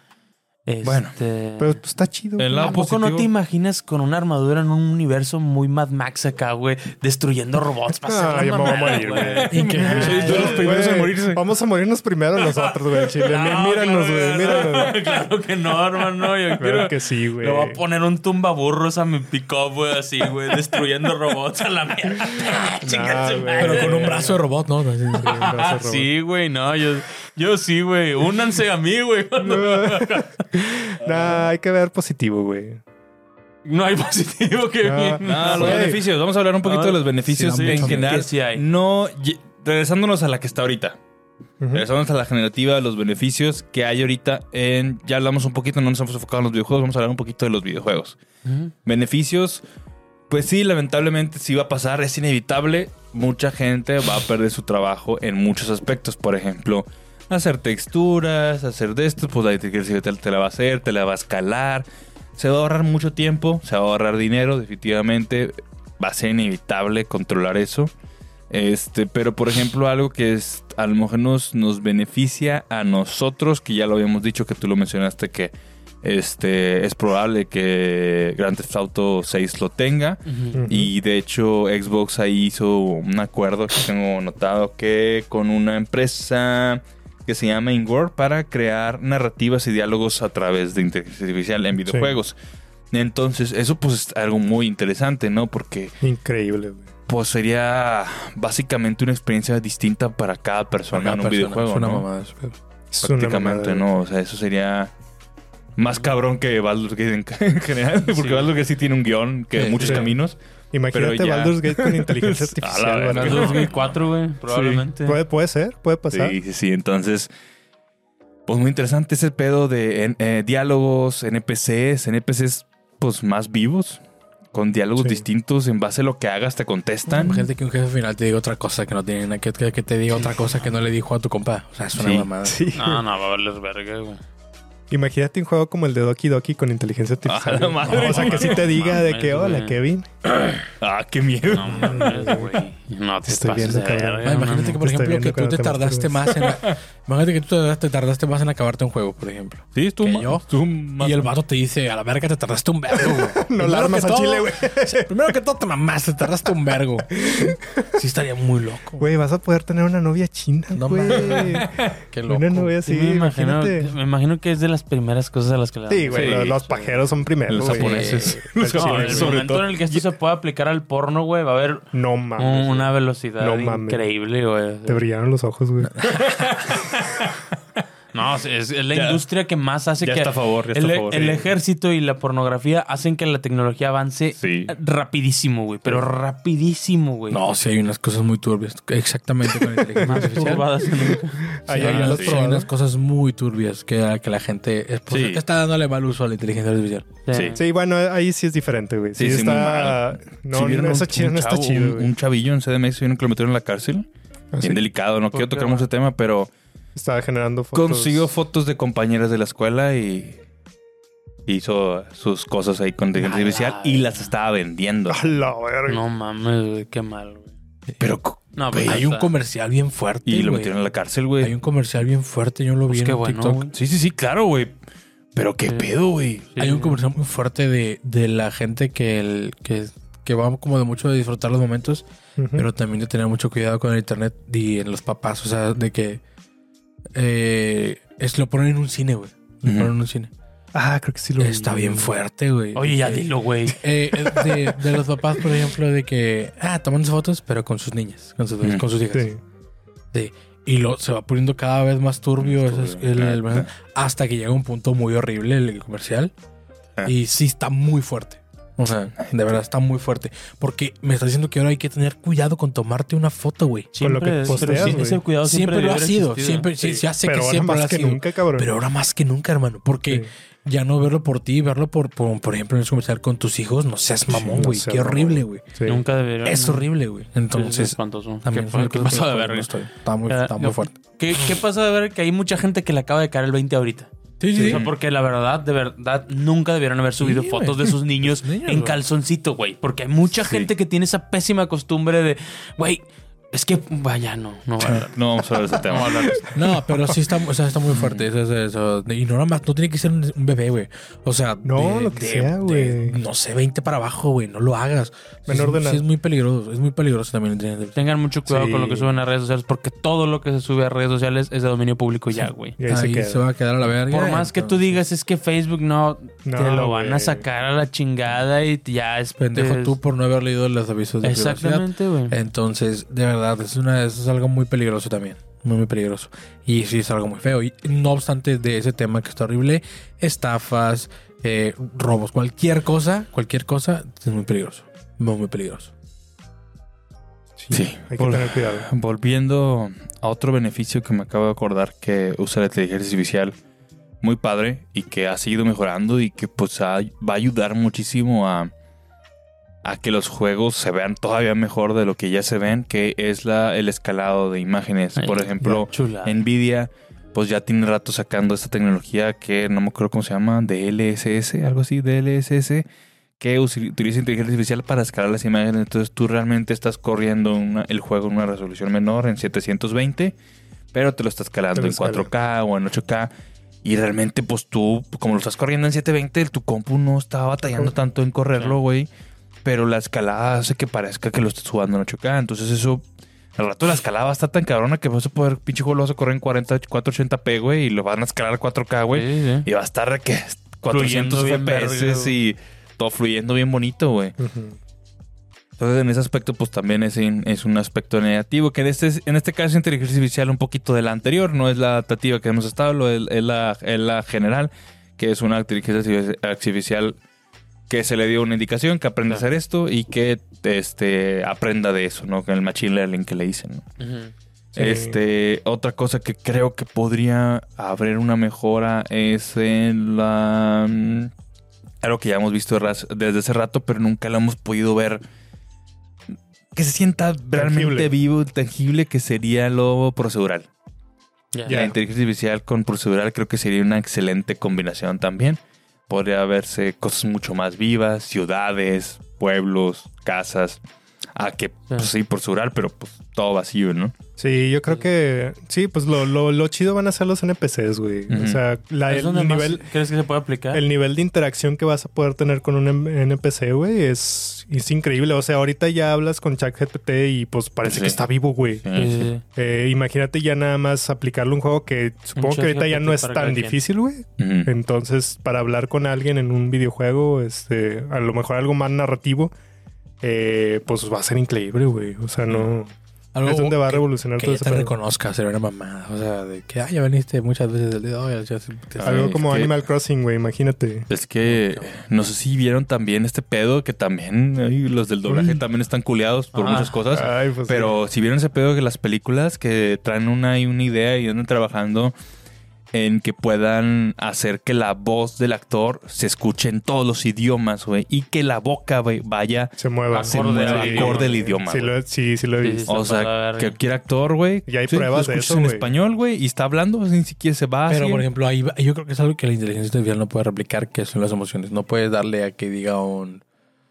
B: Bueno,
A: Este-
C: Pero pues, está chido.
B: El
C: güey.
B: lado
A: ¿A poco no
B: positivo-
A: te imaginas con una armadura en un universo muy Mad Max acá, güey? Destruyendo robots para hacer
C: Ah,
A: la
C: ya me voy a
A: mamada,
C: morir, güey.
E: Y que-
B: Soy de los primeros en
C: Güey,
B: morirse.
C: Vamos a morirnos primero nosotros, güey. al Chile.
A: No, claro,
C: míranos, güey.
A: no,
C: Míranos. güey.
A: Claro que no, hermano. Yo
C: Claro
A: quiero...
C: que sí, güey.
A: Le voy a poner un tumbaburros a mi pick-up, güey, así, güey, destruyendo robots a la mierda. Chinga su
C: güey.
A: madre.
E: Pero con un brazo de robot, ¿no? Así, sí.
A: Ah, sí, güey, no, yo, yo sí, güey. Únanse a mí, güey.
C: Nah, hay que ver positivo, güey.
A: No hay positivo que
C: No.
A: bien.
B: No, los
C: Güey.
B: beneficios. Vamos a hablar un poquito
A: Ah,
B: de los beneficios
E: sí, da
B: en
E: mucho
B: general.
A: que sí hay.
B: No, ye- regresándonos a la que está ahorita.
C: Ujú.
B: Regresándonos a la generativa, los beneficios que hay ahorita en... Ya hablamos un poquito, no nos hemos enfocado en los videojuegos. Vamos a hablar un poquito de los videojuegos. Beneficios, pues sí, lamentablemente sí va a pasar. Es inevitable. Mucha gente va a perder su trabajo en muchos aspectos. Por ejemplo, hacer texturas, hacer de esto. Pues la inteligencia te, te la va a hacer, te la va a escalar. Se va a ahorrar mucho tiempo, se va a ahorrar dinero, definitivamente va a ser inevitable controlar eso. Este, pero por ejemplo, algo que es, a lo mejor nos, nos beneficia a nosotros, que ya lo habíamos dicho, que tú lo mencionaste, que este, es probable que Grand Theft Auto 6 lo tenga.
C: Ujú.
B: Y de hecho, Xbox ahí hizo un acuerdo que tengo notado que con una empresa que se llama Ingor para crear narrativas y diálogos a través de inteligencia artificial en videojuegos. Entonces, eso pues es algo muy interesante, ¿no? Porque
C: Increíble, güey.
B: pues sería básicamente una experiencia distinta para cada persona
E: Cada
B: en un
E: persona,
B: videojuego,
E: Es una
B: ¿no?
E: mamada. eso, pero-
C: Es una
B: Prácticamente,
C: mamada,
B: ¿no? O sea, eso sería más cabrón que Baldur's Gate en, en general, porque Baldur's Gate sí tiene un guión que
E: Sí,
B: muchos
C: sí.
B: caminos.
C: Imagínate
B: Pero ya-
C: Baldur's Gate con inteligencia
B: A la
C: artificial.
B: verga.
C: güey.
A: En el 2004, güey, probablemente.
C: Puede, puede ser, puede pasar.
B: Sí, sí, sí. Entonces, pues muy interesante ese pedo de en- eh, diálogos, NPCs, NPCs pues más vivos, con diálogos
C: Sí.
B: distintos en base a lo que hagas te contestan.
E: Imagínate que un jefe final te diga otra cosa que no tiene nada que que, que te diga otra cosa que no le dijo a tu compa. O sea, es una
B: Sí,
E: mamada.
C: Sí.
B: Ah.
A: No, no, va a valer verga, güey.
C: Imagínate un juego como el de Doki Doki con inteligencia
B: A
C: artificial.
B: Ah, la
C: güey.
B: madre.
C: o sea, que si te diga de
A: Mames,
C: que, hola,
A: güey.
C: Kevin.
B: Ah, qué miedo.
A: No mames, güey. No te,
C: estoy
A: pases
C: viendo,
A: de
C: cabrón.
A: verga,
E: Ah, imagínate
A: no,
E: que,
A: no.
E: por
C: Te está
E: ejemplo,
C: viendo
E: que tú
C: cuando
E: te
C: te
E: tardaste más en... la- imagínate que tú te- te tardaste más en acabarte un juego, por ejemplo.
B: Sí, estuvo
E: Que
B: ma-
E: yo.
B: estuvo más-
E: Y el vato te dice, a la verga te tardaste un vergo, güey.
C: No
E: Primero
C: la
E: que
C: armas al
E: todo-
C: chile, güey.
E: Primero que todo te mamaste, te tardaste un vergo. Sí estaría muy loco.
C: Güey, vas a poder tener una novia china,
E: No
C: güey.
E: mames. Qué loco.
C: Una novia así,
A: Sí, me, imagino,
C: imagínate.
A: me imagino que es de las primeras cosas a las que le
C: Sí, güey,
B: Sí,
C: los, los
B: sí.
C: pajeros son primero,
B: Los
C: güey.
B: japoneses.
C: Los
A: No, en
C: japoneses,
A: el
B: sobre
A: momento
B: todo. Ah,
A: en el que esto se pueda aplicar al porno, güey, va a haber
C: No
A: un-
C: mames. güey.
A: una velocidad
C: No mames.
A: increíble, güey.
C: Te brillaron los ojos, güey.
A: No, es, es la
B: Ya.
A: industria que más hace
B: Ya
A: que
B: está a favor, ya está
A: el, e-
B: a favor.
A: el
B: Sí.
A: ejército y la pornografía hacen que la tecnología avance
B: Sí.
A: rapidísimo, güey, pero rapidísimo, güey.
E: No, sí hay unas cosas muy turbias. Exactamente con inteligencia
A: más
E: artificial.
A: turbadas que nunca.
E: Sí,
C: Ahí
E: hay,
C: ahí
E: unas,
C: los
E: hay
C: probado.
E: unas cosas muy turbias que, que la gente es- pues,
B: Sí.
E: está dándole mal uso a la inteligencia artificial.
B: Sí.
C: Sí, bueno, ahí sí es diferente, güey. Sí,
B: Sí, sí, muy
C: está.
B: mal.
C: No,
B: Si vieron
C: no,
B: un-
C: eso chido,
B: un
C: no está
B: chavo,
C: chido,
B: un-
C: güey.
B: Un chavillo en CDMX vieron que lo metieron en la cárcel.
C: Ah, sí.
B: Bien delicado, no quiero
A: Porque-
B: tocar mucho tema, pero
C: Estaba generando fotos.
B: consiguió fotos de compañeras de la escuela y hizo sus cosas ahí con inteligencia
A: Ala.
B: artificial y las estaba vendiendo.
C: A la verga.
A: No mames, güey, qué mal, güey.
B: Pero co-
A: No,
E: Güey,
A: pues,
E: hay un
A: hasta-
E: comercial bien fuerte.
B: y lo
E: güey.
B: metieron en la cárcel,
E: Hay
B: güey.
E: un comercial bien fuerte, yo lo vi
A: Pues
E: en
A: qué
E: un
A: bueno,
E: TikTok.
A: güey.
B: Sí, sí, sí, claro, güey. Pero qué
A: Sí.
B: pedo, güey.
A: Sí,
E: Hay un
A: sí.
E: comercial muy fuerte de, de la gente que, el, que, que que va como de mucho de disfrutar los momentos,
C: Ujú.
E: pero también de tener mucho cuidado con el internet y en los papás, o sea, de que eh, es lo ponen en un cine, güey. Lo
B: Ujú.
E: ponen en un cine.
C: Ah, creo que sí lo vi.
E: Está bien fuerte, güey.
A: Oye, ya
E: Eh,
A: dilo, güey.
E: eh, eh, de, de los papás, por ejemplo, de que ah, toman fotos, pero con sus niñas, con sus,
B: Ujú.
E: con sus hijas.
C: Sí.
E: Y lo, se va poniendo cada vez más turbio,
B: Más
E: ese es
B: turbio,
E: el- el-
B: claro.
E: hasta que llega un punto muy horrible el, el comercial.
B: Ah.
E: Y sí está muy fuerte. O sea, de verdad está muy fuerte. Porque me está diciendo que ahora hay que tener cuidado con tomarte una foto, güey.
C: Con lo que
A: Siempre,
C: posteas,
A: pero sí,
C: güey.
A: ese cuidado siempre,
E: Siempre, lo ha
A: debió haber
E: sido.
A: existido.
E: Siempre, sí, ya sé
C: Pero
E: que
C: ahora
E: siempre lo
C: más
E: ha
C: que
E: sido.
C: nunca, cabrón.
E: Pero ahora más que nunca, hermano. Porque
C: Sí.
E: ya no verlo por ti, verlo por, por, por ejemplo, en el comercial con tus hijos, no seas mamón,
C: no
E: güey.
C: seas
E: Qué
C: mamón.
E: horrible, güey.
C: Sí.
A: Nunca debería.
E: Es
A: no.
E: horrible, güey.
A: Es
E: Entonces,
A: espantoso.
E: también
A: ¿Qué,
E: fue
A: fue
E: lo que
A: pasó de
E: fue-
A: verga?
E: estoy- Está muy,
A: Eh,
E: está muy
A: no.
E: fuerte.
A: ¿Qué, qué pasa de ver que hay mucha gente que le acaba de caer el 20 ahorita?
E: Sí,
A: O sea, porque la verdad, de verdad, nunca debieron haber subido
E: Sí,
A: fotos
E: güey.
A: de sus niños
E: Niños,
A: en
E: güey.
A: calzoncito, güey. Porque hay mucha gente que tiene esa pésima costumbre de, güey, es que, vaya, no, no va a hablar.
B: No vamos a hablar de ese
A: No va a
B: tema.
A: hablar de eso.
E: No, pero sí está, o sea, está muy fuerte. Eso, eso, eso. Y no nada más, no tiene que ser un, un bebé, güey. O sea,
C: No, lo que sea, güey.
E: de, No sé, 20 para abajo, güey. No lo hagas. Sí,
C: Menor
E: sí,
C: de edad.
E: Sí, es muy peligroso. Es muy peligroso también. el internet.
A: Tengan mucho cuidado
C: Sí.
A: con lo que suben a redes sociales porque todo lo que se sube a redes sociales es de dominio público ya, güey.
C: Y ahí, se
E: Ahí se,
C: queda.
E: va a quedar a la verga.
A: Por más que tú digas, es que Facebook no,
C: No,
A: te lo van a
C: güey.
A: sacar a la chingada y ya es
E: Pendejo
A: es-
E: tú por no haber leído los avisos de Eh, privacidad.
A: Exactamente, güey.
E: Entonces, de verdad, es una, eso es algo muy peligroso también. Muy, muy peligroso. Y sí, es algo muy feo. Y no obstante de ese tema que está horrible, estafas, eh, robos, cualquier cosa, cualquier cosa, es muy peligroso. Muy, muy peligroso.
B: Sí.
C: Hay que
B: Vol-
C: tener cuidado.
B: Volviendo a otro beneficio que me acabo de acordar que usa la inteligencia artificial muy padre y que ha seguido mejorando y que pues ha- va a ayudar muchísimo a, a que los juegos se vean todavía mejor de lo que ya se ven, que es la, el escalado de imágenes.
A: Ahí
B: Por
A: está.
B: ejemplo,
A: Chula.
B: Nvidia pues ya tiene rato sacando esta tecnología que no me acuerdo cómo se llama, DLSS, algo así, DLSS, que usi- utiliza inteligencia artificial para escalar las imágenes. Entonces tú realmente estás corriendo una- el juego en una resolución menor, en 720, pero te lo estás escalando
C: Te lo
B: en
C: escala.
B: 4K o en 8K. Y realmente, pues tú, como lo estás corriendo en 720, tu compu no está batallando tanto en correrlo, güey. Pero la escalada hace que parezca que lo estés jugando en 8K. Entonces eso al rato la escalada va a estar tan cabrona que vas a poder, pinche juego lo vas a correr en 40, 480p, güey, y lo van a escalar a 4K, güey.
A: Sí, sí.
B: Y va a estar de que
A: Fluyendo
B: 400
A: bien verga,
B: FPS
A: güey.
B: y todo fluyendo bien bonito, güey.
C: Ujú.
B: Entonces, en ese aspecto, pues también es, in- es un aspecto negativo, que en este, en este caso es inteligencia artificial un poquito de la anterior, no es la adaptativa que hemos estado, lo- es, es la, es la general, que es una inteligencia artificial que se le dio una indicación, que aprende a hacer esto y que este, aprenda de eso, ¿no? Con el machine learning que le dicen, ¿no?
A: Ujú.
C: Sí.
B: Este, otra cosa que creo que podría haber una mejora es en la. mm, Algo que ya hemos visto de raz- desde hace rato, pero nunca lo hemos podido ver. Que se sienta realmente
C: Tangible.
B: vivo, tangible, que sería lo procedural.
A: Ya.
C: Ya.
B: La inteligencia artificial con procedural creo que sería una excelente combinación también. Podría verse cosas mucho más vivas, ciudades, pueblos, casas. A que, pues sí, procedural, pero pues todo vacío, ¿no?
C: Sí, yo creo que sí, pues lo, lo, lo chido van a ser los NPCs, güey.
B: Ujú.
C: O sea, la-
A: ¿Es
C: Ah, el,
A: donde más
C: nivel,
A: crees que se puede aplicar?
C: el nivel de interacción que vas a poder tener con un M- NPC, güey, es, es increíble. O sea, ahorita ya hablas con ChatGPT y pues parece
B: Sí.
C: que está vivo, güey.
A: Sí, sí, sí.
C: Eh, imagínate ya nada más aplicarle un juego que supongo que ahorita ya
A: ChatGPT
C: no es
A: para cada
C: tan
A: quien.
C: difícil, güey.
B: Ujú.
C: Entonces, para hablar con alguien en un videojuego, este, a lo mejor algo más narrativo, eh, pues va a ser increíble, güey. O sea, no
E: Algo
C: es donde va a
E: que-
C: revolucionar
E: Que
C: todo
E: ya
C: ese
E: te
C: pedo.
E: reconozca, ser una mamada. O sea, de que, ah, ya veniste muchas veces del dedo.
B: Ay,
C: Algo
B: es
C: como
B: que-
C: Animal Crossing, güey, imagínate.
B: Es que no sé si vieron también este pedo que también ay, los del doblaje
C: Uy.
B: también están culeados por
A: Ah.
B: muchas cosas.
C: Ay, pues sí.
B: pero si vieron ese pedo que las películas que traen una y una idea y andan trabajando en que puedan hacer que la voz del actor se escuche en todos los idiomas, güey, y que la boca güey, vaya
C: se mueva.
A: Se Acorde mueva, al idioma.
B: acorde al idioma,
C: Sí,
B: güey.
C: lo, sí, sí lo he
A: Sí,
C: visto.
A: sí.
B: o
A: Está para
B: sea,
A: la verga.
B: cualquier actor, güey.
C: Y hay
B: sí,
C: pruebas
B: lo
C: de
B: escuchas
C: eso,
B: en
C: güey.
B: español, güey, y está hablando, pues, ni siquiera se
C: Ah,
B: va
E: Pero,
B: así.
E: por ejemplo, ahí va- yo creo que es algo que la inteligencia artificial no puede replicar, que son las emociones. No puedes darle a que diga un...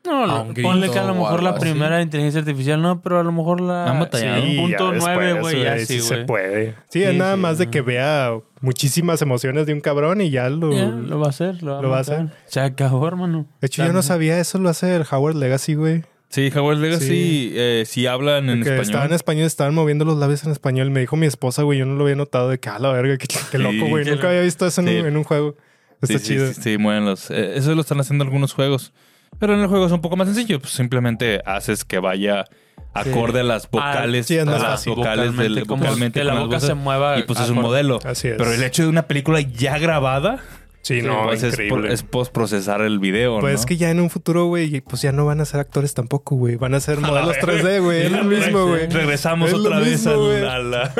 A: No,
E: A
A: lo-
E: un
A: ponle
E: grito
A: que a lo
E: o
A: mejor la
E: algo así.
A: primera inteligencia artificial no, pero a lo mejor la...
B: Han batallado.
A: Sí,
C: ya
A: punto
C: después,
A: nueve, güey, ya sí,
C: sí se
A: güey.
C: puede. Sí,
A: Sí,
C: es nada
A: sí,
C: más de
A: no.
C: que vea muchísimas emociones de un cabrón y ya lo...
A: Ya, lo va a hacer, lo va,
C: Lo va a
A: matar. Se acabó, hermano.
C: De hecho, yo no sabía eso, lo hace el Howard Legacy, güey.
B: Sí, Hogwarts Legacy,
C: Sí.
B: eh, si hablan en
C: Que estaba en
B: español.
C: español, estaban moviendo los labios en español. Me dijo mi esposa, güey, yo no lo había notado de que, a la verga, qué, qué loco, güey.
A: qué
C: Nunca
A: lo-
C: había visto eso en,
B: Sí.
C: un, en un juego. Está
B: Sí, sí,
C: chido.
B: sí, sí, mueven los. eh, eso lo están haciendo algunos juegos. Pero en el juego es un poco más sencillo. Pues simplemente haces que vaya acorde a las vocales,
C: sí, es
B: a
C: más
B: las
C: fácil.
B: vocales
A: Ah, Vocalmente,
B: del
A: como
B: vocalmente
A: que la
B: con las
A: boca
B: voces,
A: se mueva
B: Y pues es un
A: acorde.
B: modelo.
C: Así es.
B: Pero el hecho de una película ya grabada,
C: Sí, no,
B: pues es,
C: increíble.
B: por- es postprocesar el video.
C: Pues
B: ¿no?
C: es que ya en un futuro, güey, pues ya no van a ser actores tampoco, güey. Van a ser modelos 3D, güey. Es lo mismo, güey.
B: Regresamos
C: Es lo
B: otra vez
C: mismo,
B: al-
C: güey.
B: a la.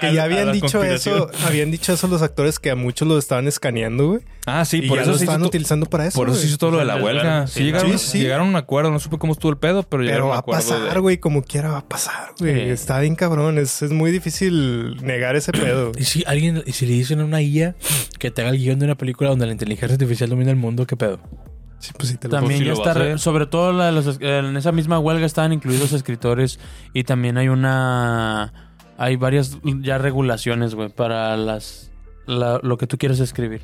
C: Que ya habían dicho eso, habían dicho eso los actores que a muchos lo estaban escaneando, güey.
B: Ah, sí,
C: Y
B: por
C: ya lo
B: eso se
C: estaban
B: hizo, to-
C: utilizando para eso.
B: por eso se
C: güey.
B: hizo todo lo de la
A: Sí,
B: huelga.
A: claro.
B: Sí, llegaron,
C: Sí, sí.
B: llegaron a un acuerdo, no supe cómo estuvo el pedo, pero llegaron
C: Pero
B: a
C: va
B: un
C: a
B: acuerdo. de-
C: pasar, güey, como quiera va a pasar, güey.
A: Sí.
C: Está bien cabrón. Es, es muy difícil negar ese pedo.
E: Y si alguien, y si le dicen a una IA que te haga el guión de una película donde la inteligencia artificial domina el mundo, ¿qué pedo?
C: Sí, pues sí te lo
A: También
B: sí
A: ya
B: lo va
A: está,
B: a
A: re-
B: hacer.
A: sobre todo la de los es- en esa misma huelga estaban incluidos escritores y también hay una, hay varias ya regulaciones, güey, para las, la- lo que tú quieres escribir.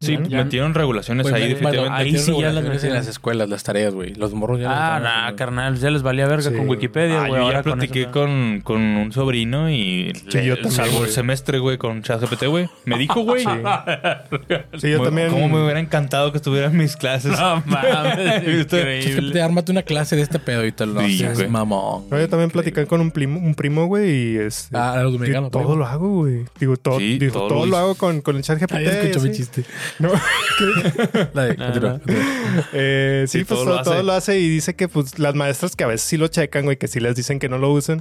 B: Sí,
C: Ujú.
B: metieron regulaciones
E: Pues,
B: ahí,
E: me- bueno,
B: definitivamente.
A: ahí
E: metieron
A: sí ya las
E: regulaciones en
A: metieron.
E: las escuelas, las tareas, güey. Los morros ya las
A: Ah,
E: estaban
A: nah,
E: haciendo.
A: carnal, ya les valía verga
C: Sí,
A: con
C: güey.
A: Wikipedia,
B: Ah,
A: güey.
B: yo ya
A: ahora con
B: platiqué
A: eso-
B: con, con un sobrino y
C: Sí, yo
B: le
C: también,
B: salvó el
C: güey.
B: semestre, güey, con ChatGPT, güey. Me dijo, güey.
C: Sí, yo
B: Mo-
C: también.
B: Cómo me hubiera encantado que estuvieran mis clases.
A: No mames,
E: Chiste,
A: increíble.
E: te ármate una clase de este pedo y te lo
B: Sí,
E: haces,
B: güey.
E: mamón.
C: No, yo también platicé con un primo, un primo, güey, y es.
E: Ah, a los dominicanos,
C: todo
E: primo.
C: lo hago, güey. Digo, todo,
B: Sí,
C: digo,
B: todo
C: todo,
B: lo
C: lo,
B: hice.
C: hago con, con el chat GPT.
E: Ahí escucho mi chiste. Dale,
A: No,
E: continúa,
A: no.
E: continúa.
C: Eh, sí,
B: Sí,
C: pues
B: todo
C: todo,
B: lo
C: todo lo,
B: hace.
C: hace y dice que pues las maestras que a veces sí lo checan, güey, que sí les dicen que no lo usen,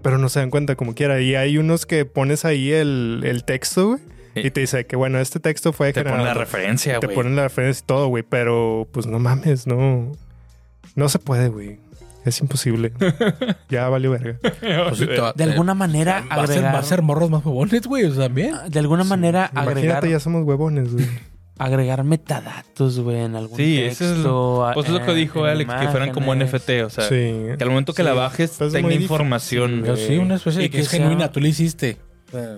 C: pero no se dan cuenta como quiera. Y hay unos que pones ahí el, el texto, güey,
B: Eh.
C: y te dice que bueno, este texto fue
B: Te
C: generado.
B: ponen la referencia,
C: Te
B: güey.
C: ponen la referencia y todo, güey, pero pues no mames, no. No se puede, güey. Es imposible. ya valió verga.
E: Pues sí, te va-
A: De alguna manera
E: va a ser-
A: agregar,
E: va a ser morros más bobones, güey. O sea, también.
A: de alguna manera agregar,
C: Imagínate, ya somos huevones, güey.
A: agregar metadatos, güey, en algún
B: Sí, eso
A: texto.
B: es lo-
A: a-
B: Pues es lo que
A: en-
B: dijo
A: en
B: Alex, que fueran como
A: imágenes.
B: NFT, o sea,
C: sí.
B: que al momento que
C: Sí.
B: la bajes
C: Pues es
B: tenga
C: muy
B: información
E: Pero pues sí, una especie
A: Y
E: de que, Ah.
A: que
E: es
A: sea-
E: genuina, tú lo hiciste.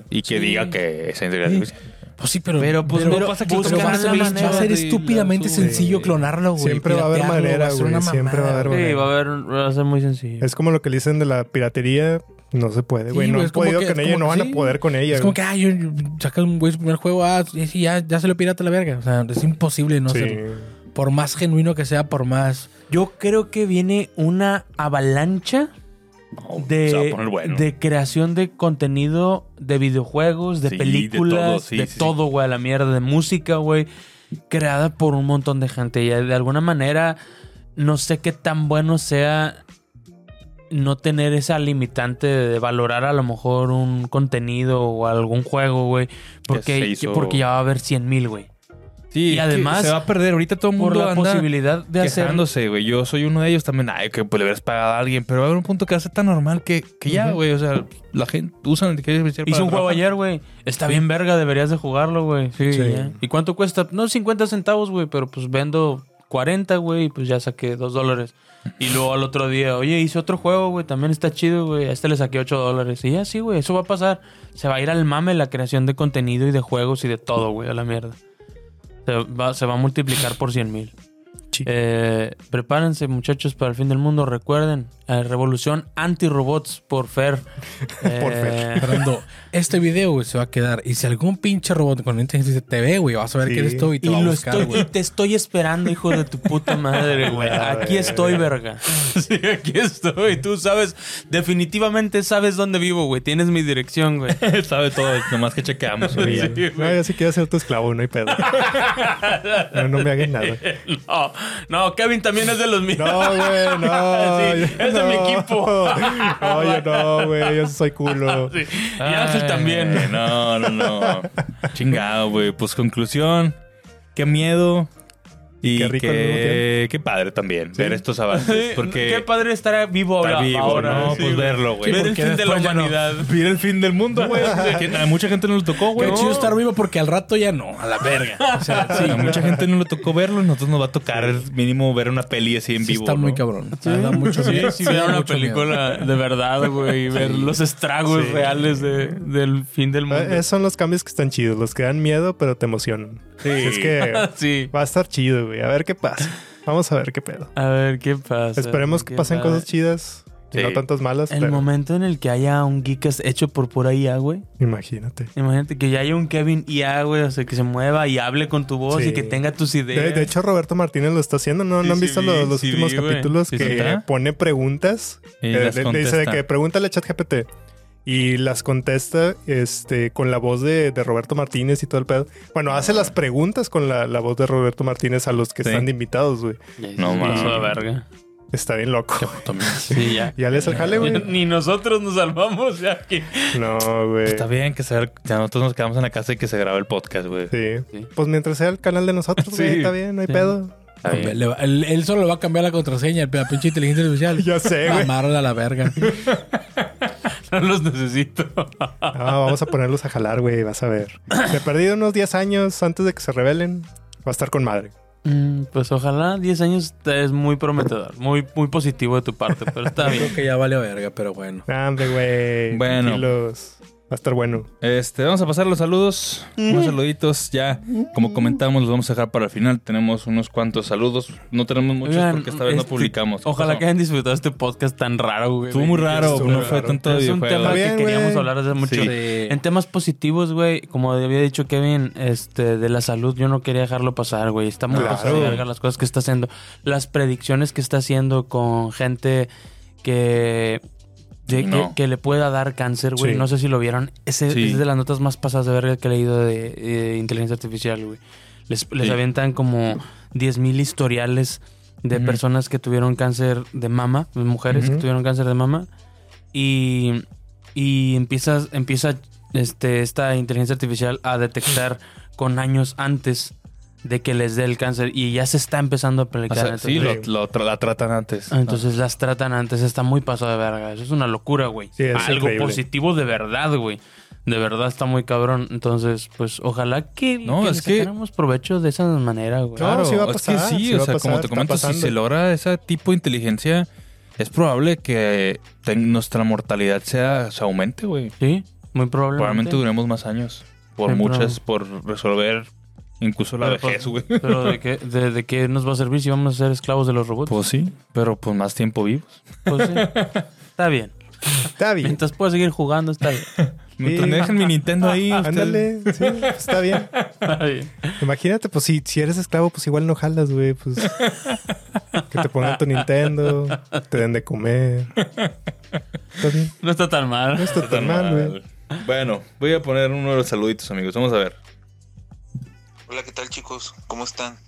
B: y que
E: Sí.
B: diga que es
E: Sí. Pues sí, pero.
B: Pero, pues,
A: pero
B: pasa
E: Pero
A: buscar
E: va, a
A: la
E: ser,
A: manera
E: va a ser
A: de-
E: estúpidamente
A: la-
E: sencillo
A: Sí.
E: clonarlo, güey.
C: Siempre va a haber
E: Piratearlo,
C: manera,
E: va a ser
C: güey,
E: una
C: siempre
E: mamada,
C: va a haber
E: güey.
A: Sí, va a, haber, va a ser muy sencillo.
C: Es como lo que le dicen de la piratería. No se puede,
E: Sí,
C: güey. no
E: güey,
C: han
E: es como
C: podido
E: que-
C: con
E: es
C: ella.
E: como
C: No
E: que
C: van a
E: sí.
C: poder con ella.
E: Es como que, ah, yo, yo- sacas un güey su primer juego, ah, sí, sí, ya, ya se lo pirata a la verga. O sea, es imposible no
C: güey. Sí.
E: hacerlo. Por más genuino que sea, por más.
A: Yo creo que viene una avalancha
B: No,
A: de,
B: oh, se va a poner bueno.
A: de creación de contenido de videojuegos, de
B: Sí, de todo,
A: películas,
B: sí,
A: de
B: sí, sí.
A: todo, güey, a la mierda, de música, güey, creada por un montón de gente. Y de alguna manera, no sé qué tan bueno sea no tener esa limitante de valorar a lo mejor un contenido o algún juego, güey,
B: se
A: porque,
B: hizo-
A: porque ya va a haber 100 mil, güey.
B: Sí,
A: y
B: es que
A: además,
B: se va a perder ahorita todo el mundo
A: Por la
B: anda
A: posibilidad de hacer...
B: quejándose, güey. Yo soy uno de ellos también. Ay, que pues, le hubieras pagado a alguien, pero va a haber un punto que hace tan normal que, que ya,
A: Ujú.
B: güey, o sea, la gente usa la inteligencia artificial
A: Hice
B: para
A: un juego
B: trabajar.
A: ayer, güey. Está bien verga, deberías de jugarlo, güey. Sí,
C: Sí.
A: ya. ¿Y cuánto cuesta? No, 50 centavos, güey, pero pues vendo 40, güey, y pues ya saqué 2 dólares. Y luego al otro día, oye, hice otro juego, güey, también está chido, güey. A este le saqué 8 dólares. Y ya sí, güey, eso va a pasar. Se va a ir al mame la creación de contenido y de juegos y de todo, güey, a la mierda. Se va, se va a multiplicar por 100 mil.
C: Sí.
A: Eh, prepárense, muchachos, para el fin del mundo. Recuerden, eh, Revolución Anti-Robots por Fer.
C: Por Fer.
A: Eh,
E: Fernando, este video, güey, se va a quedar. Y si algún pinche robot con inteligencia te ve, güey, vas a ver
C: Sí.
E: que eres tú y te
A: Y
E: va a
A: lo
E: buscar,
A: estoy,
E: güey.
A: y te estoy esperando, hijo de tu puta madre, güey. Aquí estoy, verga. Sí, aquí estoy. Tú sabes, definitivamente sabes dónde vivo, güey. Tienes mi dirección, güey.
B: Sabe todo, nomás que chequeamos. güey.
C: Sí, güey. No, yo sí quiero ser tu esclavo, no hay pedo. No, no me hagas nada.
A: No, no, Kevin también es de los míos.
C: No, güey, no.
A: Sí,
C: yo
A: es de mi
C: no.
A: equipo.
C: No, yo no, güey, yo sí soy culo.
A: Sí. Y Ángel
B: Ay,
A: también.
B: No, no, no. Chingado, güey. Pues conclusión. Qué miedo. Y
C: Qué
B: qué,
C: rico al mismo
B: qué, padre también ver estos avances. pues, Porque
A: Qué padre estar vivo
B: está
A: ahora.
B: vivo,
A: ahora,
B: ¿no?
A: sí, güey.
B: pues verlo, güey.
A: Ver el
E: porque
A: fin de la
E: después ya no.
A: humanidad.
B: Ver el fin del mundo, güey. Que A mucha gente no le tocó,
E: Qué
B: güey.
E: chido estar vivo porque al rato ya no, a la verga. O sea, sí,
B: Sí, a mucha gente no le tocó verlo. Nosotros nos va a tocar mínimo ver una peli así en
E: sí
B: vivo.
E: está
B: ¿no?
E: muy cabrón. Ah, da mucho
A: Sí,
E: miedo.
A: si
E: Sí,
A: viera
E: da
A: una
E: mucho miedo.
A: película de verdad, güey, y ver los estragos
C: Sí.
A: reales de- del fin del mundo.
C: Eh, Esos son los cambios que están chidos, los que dan miedo, pero te emocionan.
B: Sí.
C: Así Es que
A: Sí.
C: va a estar chido, güey. A ver qué pasa. Vamos a ver qué pedo.
A: A ver qué pasa.
C: Esperemos que
A: Qué
C: pasen
A: padre.
C: cosas chidas y
B: Sí.
C: no tantas malas,
A: El
C: pero
A: momento en el que haya un Geekas hecho por por ahí, ah, güey.
C: imagínate.
A: Imagínate que ya haya un Kevin IA, güey, o sea, que se mueva y hable con tu voz
C: Sí.
A: y que tenga tus ideas.
C: De, de hecho, Roberto Martínez lo está haciendo, ¿no?
B: Sí,
C: ¿No han
B: sí
C: visto
B: vi,
C: los, los
B: sí
C: últimos
B: vi, güey.
C: capítulos
B: Sí,
C: que
B: sí está.
C: pone preguntas?
B: Y
C: eh,
B: las
C: le, le dice de
B: contesta.
C: que pregúntale a ChatGPT y las contesta este, con la voz de, de Roberto Martínez y todo el pedo. Bueno, hace las preguntas con la, la voz de Roberto Martínez a los que
B: Ah. Sí.
C: están de invitados, güey.
B: No,
A: Sí,
B: mames.
A: eso, verga.
C: Está bien loco.
E: También.
A: Sí, ya.
C: Ya le hace el jale, güey.
A: Ni nosotros nos salvamos ya que.
C: No, güey.
B: Está bien que se, ya nosotros nos quedamos en la casa y que se grabe el podcast, güey.
C: Sí.
A: Sí.
C: Pues mientras sea el canal de nosotros, güey,
B: Sí.
C: está bien, no hay
A: Sí.
C: pedo.
B: Está bien.
E: Le va- él, él solo le va a cambiar la contraseña, la pinche inteligencia artificial.
C: Ya sé, güey.
E: Amarla a la verga.
A: No los necesito.
C: Ah, vamos a ponerlos a jalar, güey, vas a ver. De perdido unos 10 años antes de que se rebelen, va a estar con madre.
A: Mm, Pues ojalá 10 años es muy prometedor, muy, muy positivo de tu parte, pero está
E: Creo
A: bien.
E: que ya valió verga, pero bueno.
C: Ah, Hombre, güey.
B: Bueno.
C: tranquilos. Va a estar bueno.
B: Este, vamos a pasar los saludos. Unos saluditos ya. Como comentamos, los vamos a dejar para el final. Tenemos unos cuantos saludos. No tenemos muchos
A: Oigan,
B: porque esta vez no
A: este,
B: publicamos. ¿Qué
A: Ojalá
B: pasó?
A: que hayan disfrutado este podcast tan raro, güey.
B: Estuvo muy raro,
C: Estuvo
B: no
C: muy
B: fue
C: raro.
B: tanto de
A: Es un
B: videojuegos.
A: tema
C: Está bien,
A: que queríamos
C: güey.
A: hablar desde hace mucho.
B: Sí.
A: En temas positivos, güey, como había dicho Kevin, este, de la salud, yo no quería dejarlo pasar, güey. Está muy
C: Claro.
A: pasado de verga las cosas que está haciendo. Las predicciones que está haciendo con gente que. de-
B: No.
A: que, que le pueda dar cáncer, güey.
C: Sí.
A: No sé si lo vieron. Ese
B: Sí.
A: es de las notas más pasadas de verga que he leído de, eh, inteligencia artificial, güey. Les, les
B: Sí.
A: avientan como 10.000 historiales de
B: Ujú.
A: personas que tuvieron cáncer de mama, de mujeres que
C: Ujú.
A: tuvieron cáncer de mama. Y, y empiezas, empieza este, esta inteligencia artificial a detectar con años antes de que les dé el cáncer y ya se está empezando a
B: O
A: aplicar.
B: sea,
A: entonces,
B: sí, lo, Ah, lo tra- la tratan antes.
A: entonces las tratan antes, está muy pasado de verga. Eso es una locura, güey.
C: Sí, es
A: Algo
C: increíble.
A: positivo de verdad, güey. De verdad está muy cabrón. Entonces, pues ojalá que,
B: No,
A: que
B: es
A: le
B: que-
A: sacáramos provecho de esa manera, güey.
C: No, sí va a
B: es
C: pasar,
B: que sí,
C: sí
B: o
C: va a
B: sea,
C: pasar,
B: como te
C: está
B: comento, si
C: pasando.
B: se logra ese tipo de inteligencia, es probable que ten- nuestra mortalidad sea se aumente, güey.
A: Sí, muy probablemente.
B: Probablemente duremos más años. Por
A: Sí,
B: muchas, por resolver incluso la
A: Pero, pues,
B: vejez, güey.
A: Pero ¿de qué, de, de qué nos va a servir si vamos a ser esclavos de los robots?
B: Pues sí, pero pues más tiempo vivos.
A: Pues sí. Está bien.
C: Está bien.
A: Mientras pueda seguir jugando, está bien.
B: Mientras me dejen mi Nintendo ahí, ustedes-
C: Ándale, sí, está bien.
A: Está bien.
C: Imagínate, pues si, si eres esclavo, pues igual no jalas, güey. Pues que te pongan tu Nintendo, te den de comer. Está bien.
A: No está tan
C: No
A: mal.
C: está tan mal, güey.
B: Bueno, voy a poner uno de los saluditos, amigos. Vamos a ver.
D: Hola, ¿qué tal chicos? ¿Cómo están?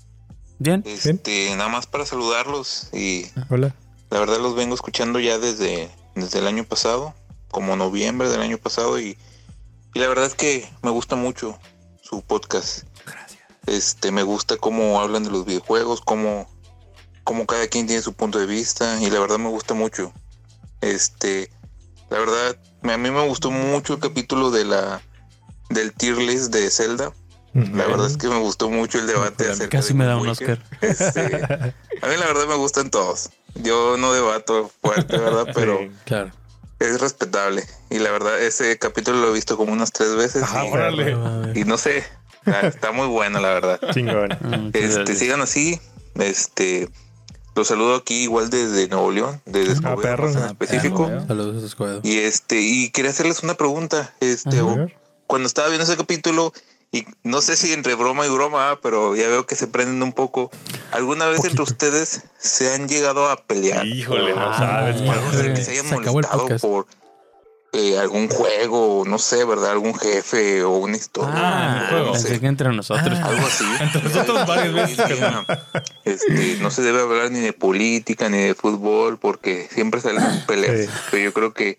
A: Bien.
D: Este, nada más para saludarlos y
C: Hola.
D: la verdad los vengo escuchando ya desde, desde el año pasado, como noviembre del año pasado y, y la verdad es que me gusta mucho su podcast. Gracias. Este, me gusta cómo hablan de los videojuegos, cómo, cómo cada quien tiene su punto de vista y la verdad me gusta mucho. Este, la verdad, me- a mí me gustó mucho el capítulo de la del tier list de Zelda. La verdad es que me gustó mucho el debate. acerca
A: Casi
D: de
A: me da un
D: Wicked.
A: Oscar.
D: Este, a mí la verdad me gustan todos. Yo no debato fuerte, ¿verdad? Pero
C: Sí.
E: Claro.
D: es respetable. Y la verdad, ese capítulo lo he visto como unas tres veces.
C: Ah,
D: y,
C: órale.
D: y no sé, Ah, está muy bueno, la verdad.
C: Chingón.
A: Mm, qué
D: Este,
A: gracias.
D: sigan así. Este, los saludo aquí igual desde Nuevo León, desde Escobedo,
C: perro.
D: más en
C: Ah,
D: específico.
B: perro,
E: Saludos a Escobedo.
D: y este, y quería hacerles una pregunta. Este,
A: Ajá.
D: o- cuando estaba viendo ese capítulo, y no sé si entre broma y broma, ah, pero ya veo que se prenden un poco. ¿Alguna vez entre ustedes se han llegado a pelear?
B: Híjole,
A: no
C: Ah,
E: sabes,
D: Por algo de que
E: madre.
D: se hayan
E: Se acabó el
D: molestado
E: podcast.
D: por eh, algún juego, no sé, ¿verdad? Algún jefe o una historia.
A: Ah,
D: o no
A: pensé
D: sé,
A: que entre nosotros.
D: Algo así. Nosotros varias veces. Este, no se debe hablar ni de política ni de fútbol porque siempre salen peleas.
C: Sí.
D: Pero yo creo que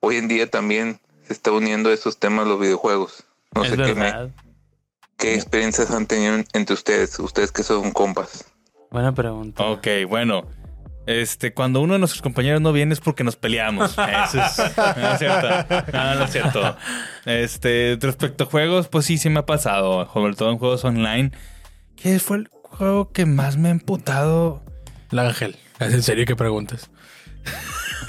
D: hoy en día también se está uniendo esos temas los videojuegos. No
A: es
D: sé qué, me-
A: verdad.
D: qué experiencias han tenido entre ustedes, ustedes que son compas.
A: Buena pregunta.
B: Ok, bueno. Este, cuando uno de nuestros compañeros no viene es porque nos peleamos. Eso es, no es cierto. No, no es cierto. Este, respecto a juegos, pues sí, sí me ha pasado. Sobre todo en juegos online. ¿Qué fue el juego que más me ha emputado?
E: La Ángel. Es en serio que preguntas.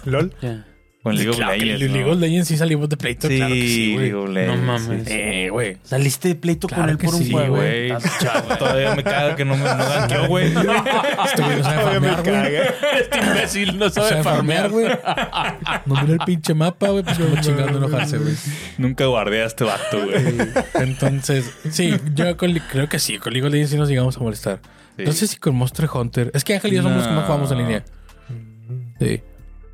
C: LOL.
A: Ya.
B: Con League of
E: Claro que
B: Legends,
E: League
B: ¿no?
E: of Legends sí salimos de pleito,
B: Sí,
E: claro que sí, güey.
B: League of Legends.
A: No mames.
B: sí.
E: Eh, güey.
A: Saliste de pleito
E: Claro
A: con él
E: que
A: por un
E: sí,
A: juego. eh?
B: Güey, chavo, todavía me cago que no me no ganqueó, güey.
E: Este güey no sabe farmear, güey.
A: Este imbécil no
E: No
A: sabe
E: sabe farmear,
A: farmear.
E: güey. No mira el pinche mapa, güey. Pues como chingando enojarse, güey.
B: Nunca guardé a este vato, güey.
E: Entonces, sí, yo con- creo que sí. Con League of Legends sí nos llegamos a molestar.
B: Sí.
E: No sé si con Monster Hunter. Es que Ángel y yo somos los que más
B: No.
E: jugamos en línea. Sí.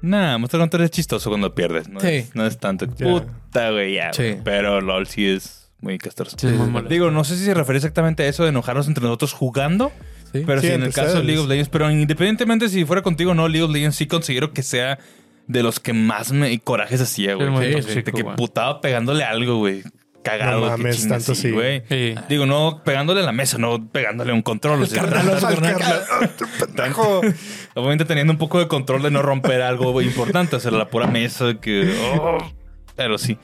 B: Nah, Monster Hunter es chistoso cuando pierdes. No,
E: Sí.
B: es, no es tanto.
C: Ya.
B: Puta, güey, ya.
E: Sí.
B: güey. Pero LOL sí es muy castroso.
A: Sí, es muy molesto.
B: Digo, no sé si se refiere exactamente a eso de enojarnos entre nosotros jugando,
E: Sí.
B: pero
C: Sí,
B: sí, en
C: entre
B: el caso de
C: ustedes.
B: League of Legends. Pero independientemente si fuera contigo o no, League of Legends sí considero que sea de los que más me corajes hacía,
A: Es
B: güey.
A: muy
E: Sí, sí,
A: tóxico,
B: De que
A: güey.
B: putaba pegándole algo, güey. Cagado,
C: No
B: que
C: mames,
B: chinga
C: tanto
B: así,
C: sí.
B: güey.
A: Sí.
B: Digo, no pegándole a la mesa, no pegándole a un control. o sea,
C: Al Carlos, ¡ah, pendejo!
B: Obviamente teniendo un poco de control de no romper algo importante, hacer la pura mesa que... oh, pero sí.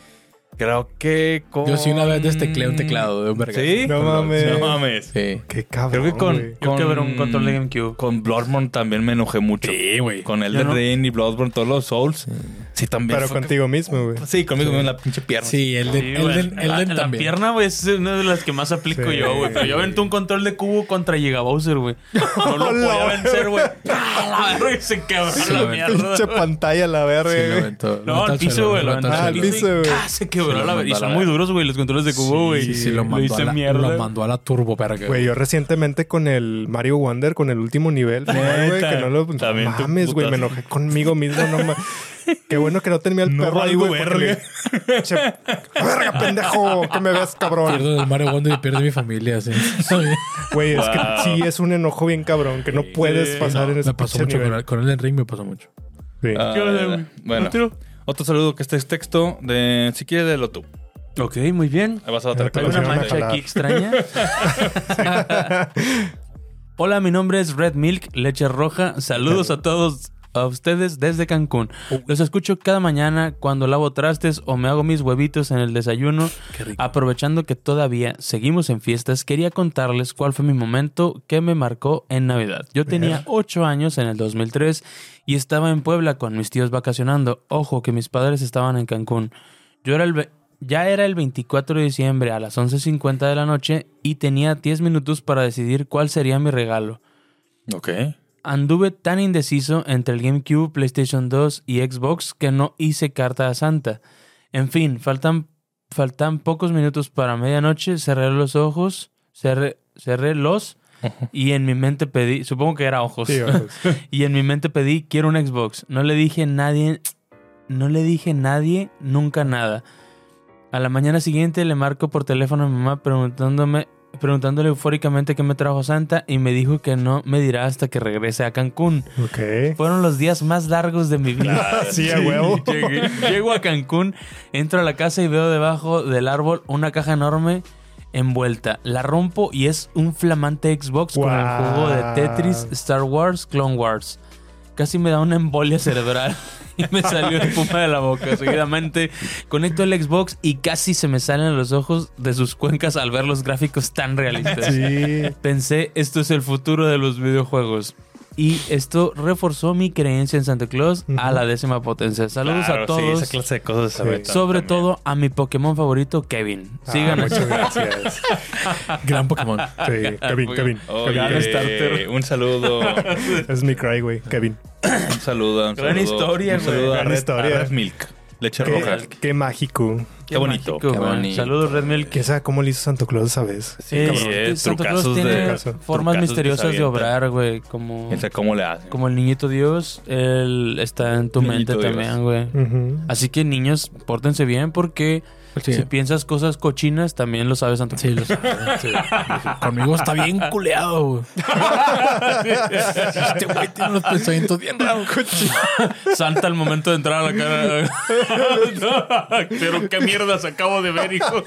B: Creo que con...
E: Yo sí una vez desteclé un teclado de un verga.
B: ¿Sí?
C: No mames.
B: No mames.
E: Sí.
C: Qué cabrón.
B: Creo que con...
C: güey.
A: Yo
B: con
A: quebré un control de GameCube.
B: Con Bloodborne también me enojé mucho.
E: Sí, güey.
B: Con el
A: Yo
B: de
A: no.
B: Ring y Bloodborne, todos los Souls. Sí, también.
C: Pero
B: fue-
C: contigo mismo, güey.
B: Sí, conmigo en la pinche pierna.
E: Sí, el de,
A: Sí,
E: el
A: güey.
E: de-
A: La-
E: el de
A: la,
E: también.
A: pierna, güey, es una de las que más aplico
C: Sí.
A: yo, güey. Pero yo aventé un control de cubo contra Giga Bowser, güey. No lo podía
C: Hola.
A: vencer, güey. ¡Ah, la verga! Y se quebró
E: Sí,
A: la
E: güey.
A: mierda.
C: Pinche pantalla a la
E: Sí, lo
C: verga, güey.
E: aventó, lo
A: No,
E: aventó
A: al
E: al
A: piso,
E: suelo,
A: güey. Lo
E: aventó al
A: aventó al
E: suelo.
A: piso,
C: piso,
A: y
C: güey.
A: ¡ah! Se quebró
E: Sí, lo
A: la verga. Y
E: mandó a la
A: son muy
E: verga.
A: duros, güey, los controles de cubo, güey.
E: Sí, sí, lo mandó,
A: hice
E: a la,
A: mierda.
E: lo mandó a la turbo, verga.
C: Güey, yo recientemente con el Mario Wonder, con el último nivel, no, güey, que no lo
B: También tú,
C: mames, güey,
B: putas.
C: me enojé conmigo mismo, no mames. Qué bueno que no tenía el
B: No
C: perro ahí,
B: valgo
C: güey. porque
B: verga.
C: le- Che, verga, pendejo, que me veas, cabrón.
E: Pierdo el Mario Wonder y pierdo mi familia, sí.
C: Güey, es que
B: Wow.
C: sí es un enojo bien cabrón, que no puedes pasar en ese
E: me pasó
C: pinche
E: mucho con
C: nivel.
E: el, con el del ring, me pasó mucho.
C: Sí.
B: Ah,
A: ¿Qué onda, güey?
B: bueno.
A: ¿Un tiro?
B: Otro saludo que este es texto de... Si quieres, léelo tú.
A: Ok, muy bien.
B: Ahí vas a otra
C: Te
A: Hay
C: lo
A: una
C: pusieron a
A: mancha
C: jalar.
A: aquí extraña. Hola, mi nombre es Red Milk, leche roja. Saludos a todos a ustedes desde Cancún. Los escucho cada mañana cuando lavo trastes o me hago mis huevitos en el desayuno.
E: Qué rico.
A: Aprovechando que todavía seguimos en fiestas, quería contarles cuál fue mi momento que me marcó en Navidad. Yo tenía 8 años en el 2003 y estaba en Puebla con mis tíos vacacionando. Ojo que mis padres estaban en Cancún. Yo era el ve- ya era el 24 de diciembre a las 11.50 de la noche y tenía 10 minutos para decidir cuál sería mi regalo.
B: Ok.
A: Anduve tan indeciso entre el GameCube, PlayStation 2 y Xbox que no hice carta a Santa. En fin, faltan, faltan pocos minutos para medianoche, cerré los ojos, cerré, cerré los y en mi mente pedí, supongo que era
B: pues.
A: ojos,
C: Sí, ojos.
A: y en mi mente pedí, quiero un Xbox. No le dije a nadie, no le dije a nadie nunca nada. A la mañana siguiente le marco por teléfono a mi mamá preguntándome, preguntándole eufóricamente qué me trajo Santa y me dijo que no me dirá hasta que regrese a Cancún.
C: Ok.
A: Fueron los días más largos de mi vida.
C: Ah, Sí, a huevo.
A: Llegué- llego a Cancún, entro a la casa y veo debajo del árbol una caja enorme envuelta. La rompo y es un flamante Xbox con el
C: Guau.
A: juego de Tetris, Star Wars, Clone Wars. Casi me da una embolia cerebral y me salió espuma de la boca. Seguidamente conecto el Xbox y casi se me salen los ojos de sus cuencas al ver los gráficos tan realistas.
C: Sí.
A: Pensé, esto es el futuro de los videojuegos. Y esto reforzó mi creencia en Santa Claus a la décima potencia. Saludos
B: Claro,
A: a todos.
B: Sí, esa clase de cosas se aventan
A: sobre
B: también.
A: todo a mi Pokémon favorito, Kevin.
C: Ah,
A: Síganos.
C: muchas gracias.
E: Gran Pokémon.
C: Sí, Kevin, Kevin.
B: Oye,
C: Kevin.
B: un saludo. Un
C: Es mi cry, güey, Kevin.
B: saludo. Un
A: Gran
B: saludo,
A: historia,
B: Un saludo
A: güey.
B: a
C: Gran
B: Red,
C: historia.
B: a Red Milk. Leche roja.
C: Qué, qué mágico.
B: Qué bonito.
A: mágico,
E: Qué
A: güey.
E: bonito.
A: Saludos, Red Milk.
C: ¿Quién sabe cómo le hizo Santo Claus esa vez?
B: Sí,
A: Eh,
B: cabrón.
A: este,
B: Eh,
A: Santa Claus
B: trucazos de-
A: tiene
C: trucazos
A: formas
B: que se
A: misteriosas de
B: avientan.
A: obrar, güey. Como,
B: Quién sabe cómo le hacen.
A: como el niñito Dios, él está en tu
B: Niñito
A: mente
B: Dios.
A: también, güey.
C: Ujú.
A: Así que niños, pórtense bien porque
E: Sí.
A: si piensas cosas cochinas, también lo sabes Santa Claus.
E: Sí, lo sabe, sí. Conmigo está bien culeado, güey. Este güey tiene unos pensamientos bien raros.
A: Santa al momento de entrar a la cara. Pero qué mierdas acabo de ver, hijo.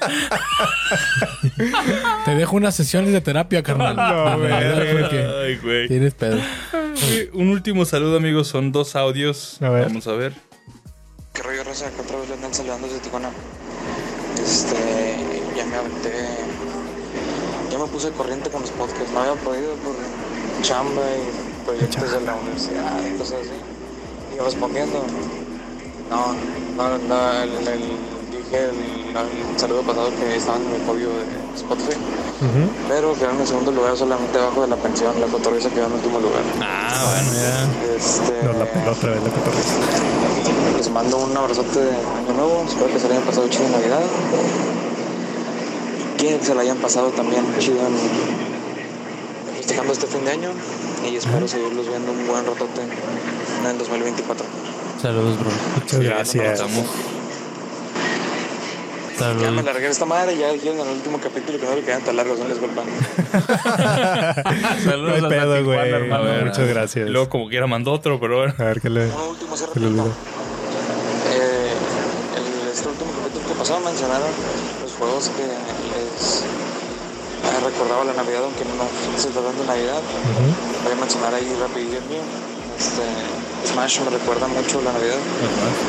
E: Te dejo unas sesiones de terapia, carnal.
C: No, güey.
E: Porque
B: Ay, güey.
E: Tienes pedo.
B: Sí, Un último saludo, amigos. Son dos audios.
C: A ver.
B: Vamos a ver.
F: ¿Qué rollo, raza? Que otra vez lo andan saludando desde Tijuana. Este, ya me aventé. Ya me puse corriente con los podcasts. No había podido por chamba y proyectos de la universidad y cosas así. Y respondiendo. No, no, no, el- el- dije el, el saludo pasado que estaba en mi podio de Spotify,
C: Ujú.
F: pero quedaron en segundo lugar solamente abajo de la pensión, la cotorriza quedó en último lugar.
A: Ah, bueno, ya.
F: Este,
C: Nos la peló otra vez la cotorriza.
F: les mando un abrazote de año nuevo, espero que se la hayan pasado chido en Navidad. Y que se la hayan pasado también chido en festejando este fin de año y espero seguirlos viendo un buen ratote en el 2024.
A: Saludos, bro.
C: Muchas gracias.
F: Ya me
A: Saludos.
F: largué esta madre, ya dijeron en el último capítulo que no le quedan tan largos, no les vuelvan.
C: No hay
A: Saludos a
C: pedo,
A: Tijuana,
C: güey.
A: hermano.
B: ver, a
C: Muchas
B: ver.
C: gracias.
B: Luego, como quiera, mandó otro, pero bueno.
C: A ver qué le.
F: Un último cierre.
C: Se le olvidó.
F: Eh, el- este último capítulo que pasó mencionaron los juegos que les eh, recordaba la Navidad, aunque no se tratan de Navidad. Voy a mencionar ahí rapidillo el mío. Este, Smash me recuerda mucho la Navidad,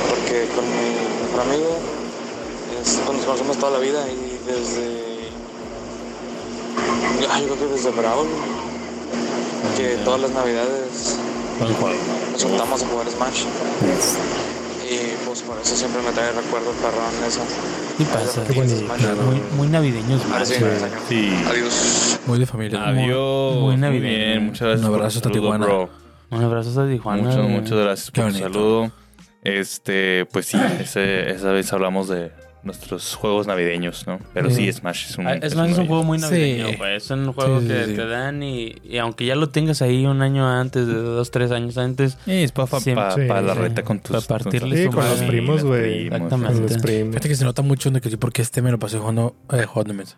F: porque con mi mejor amigo es- nos conocemos toda la vida y desde... Ay, Yo creo que desde Brawl, que todas las Navidades
A: Buen juego.
F: nos juntamos a jugar Smash. Y pues por eso siempre me trae recuerdos perrón eso.
A: ¿Qué pasa?
F: Qué bonito.
A: Muy, muy navideños,
F: Ahora sí,
A: güey.
B: Sí.
F: Adiós.
E: Muy de familia. como-
B: Adiós.
A: Muy
B: Muy
A: navideño.
B: bien, muchas gracias.
E: Un
B: por
E: abrazo
B: tu saludo,
E: Tijuana.
B: bro.
A: Un abrazo a Tijuana.
B: Muchas,
A: güey.
B: muchas gracias
E: Qué
B: por tu
E: bonito.
B: saludo. Este, pues sí, ese- esa vez hablamos de nuestros juegos navideños, ¿no? Pero sí,
A: Sí.
B: Smash es un,
A: Ah, Es más, es un
B: navideño.
A: juego muy navideño,
E: Sí.
A: güey. Es un juego
E: Sí, sí,
A: que
E: sí.
A: te dan y, y aunque ya lo tengas ahí un año antes, de dos, tres años antes,
B: Sí, es para
A: Sí,
C: sí,
B: la
A: sí.
B: reta con tus.
A: Pa' partirle
B: tus
A: su Sí, con
B: amigos,
A: los
C: primos, güey.
B: primos.
A: Exactamente.
C: Con los primos.
B: Este
E: Fíjate que se nota mucho de que yo, porque este me lo pasé jugando, eh, jugando en mesa.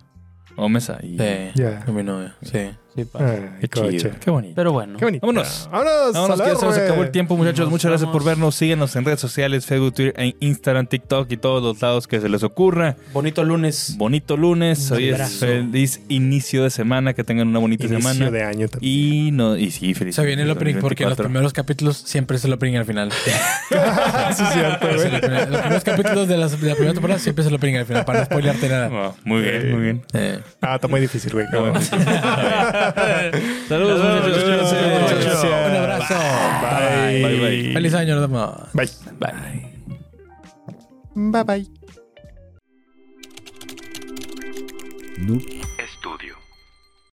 B: O mesa. Y...
E: Sí,
C: Ya.
E: con mi novia. Sí.
A: sí pasa.
C: Ay,
B: eh. Qué chido.
C: coche.
B: Qué bonito.
A: Pero bueno,
C: Ah. Qué bonito.
B: Vámonos.
C: Vámonos. a
B: Vámonos, que ya se nos
C: hablar,
B: acabó
C: Pues, güey.
B: el tiempo, muchachos.
A: Nos
B: Muchas gracias por
A: vamos.
B: vernos. Síguenos en redes sociales, Facebook, Twitter, en Instagram, TikTok y todos los lados que se les ocurra.
A: bonito lunes.
B: Bonito lunes.
A: Un
B: Hoy es
A: abrazo.
B: feliz inicio de semana. Que tengan una bonita
C: Inicio
B: semana.
C: de año también.
B: Y no, y sí, feliz.
E: Se viene el opening porque los
B: 2024.
E: primeros capítulos siempre es el opening al final.
C: Sí, es cierto,
E: Los
C: güey.
E: primeros los primeros capítulos de, las- de la primera temporada siempre es el opening al final, para no spoilearte nada.
B: Ah, muy bien, muy bien.
E: Eh,
C: Ah, está muy difícil, güey. Qué bueno.
B: Saludos, muchachos.
C: Muchas
B: Cuídense.
C: gracias.
E: Un abrazo.
C: Bye.
B: Bye, bye.
E: Feliz año, nos vemos.
C: Bye.
A: Bye.
C: Bye bye.
G: Noob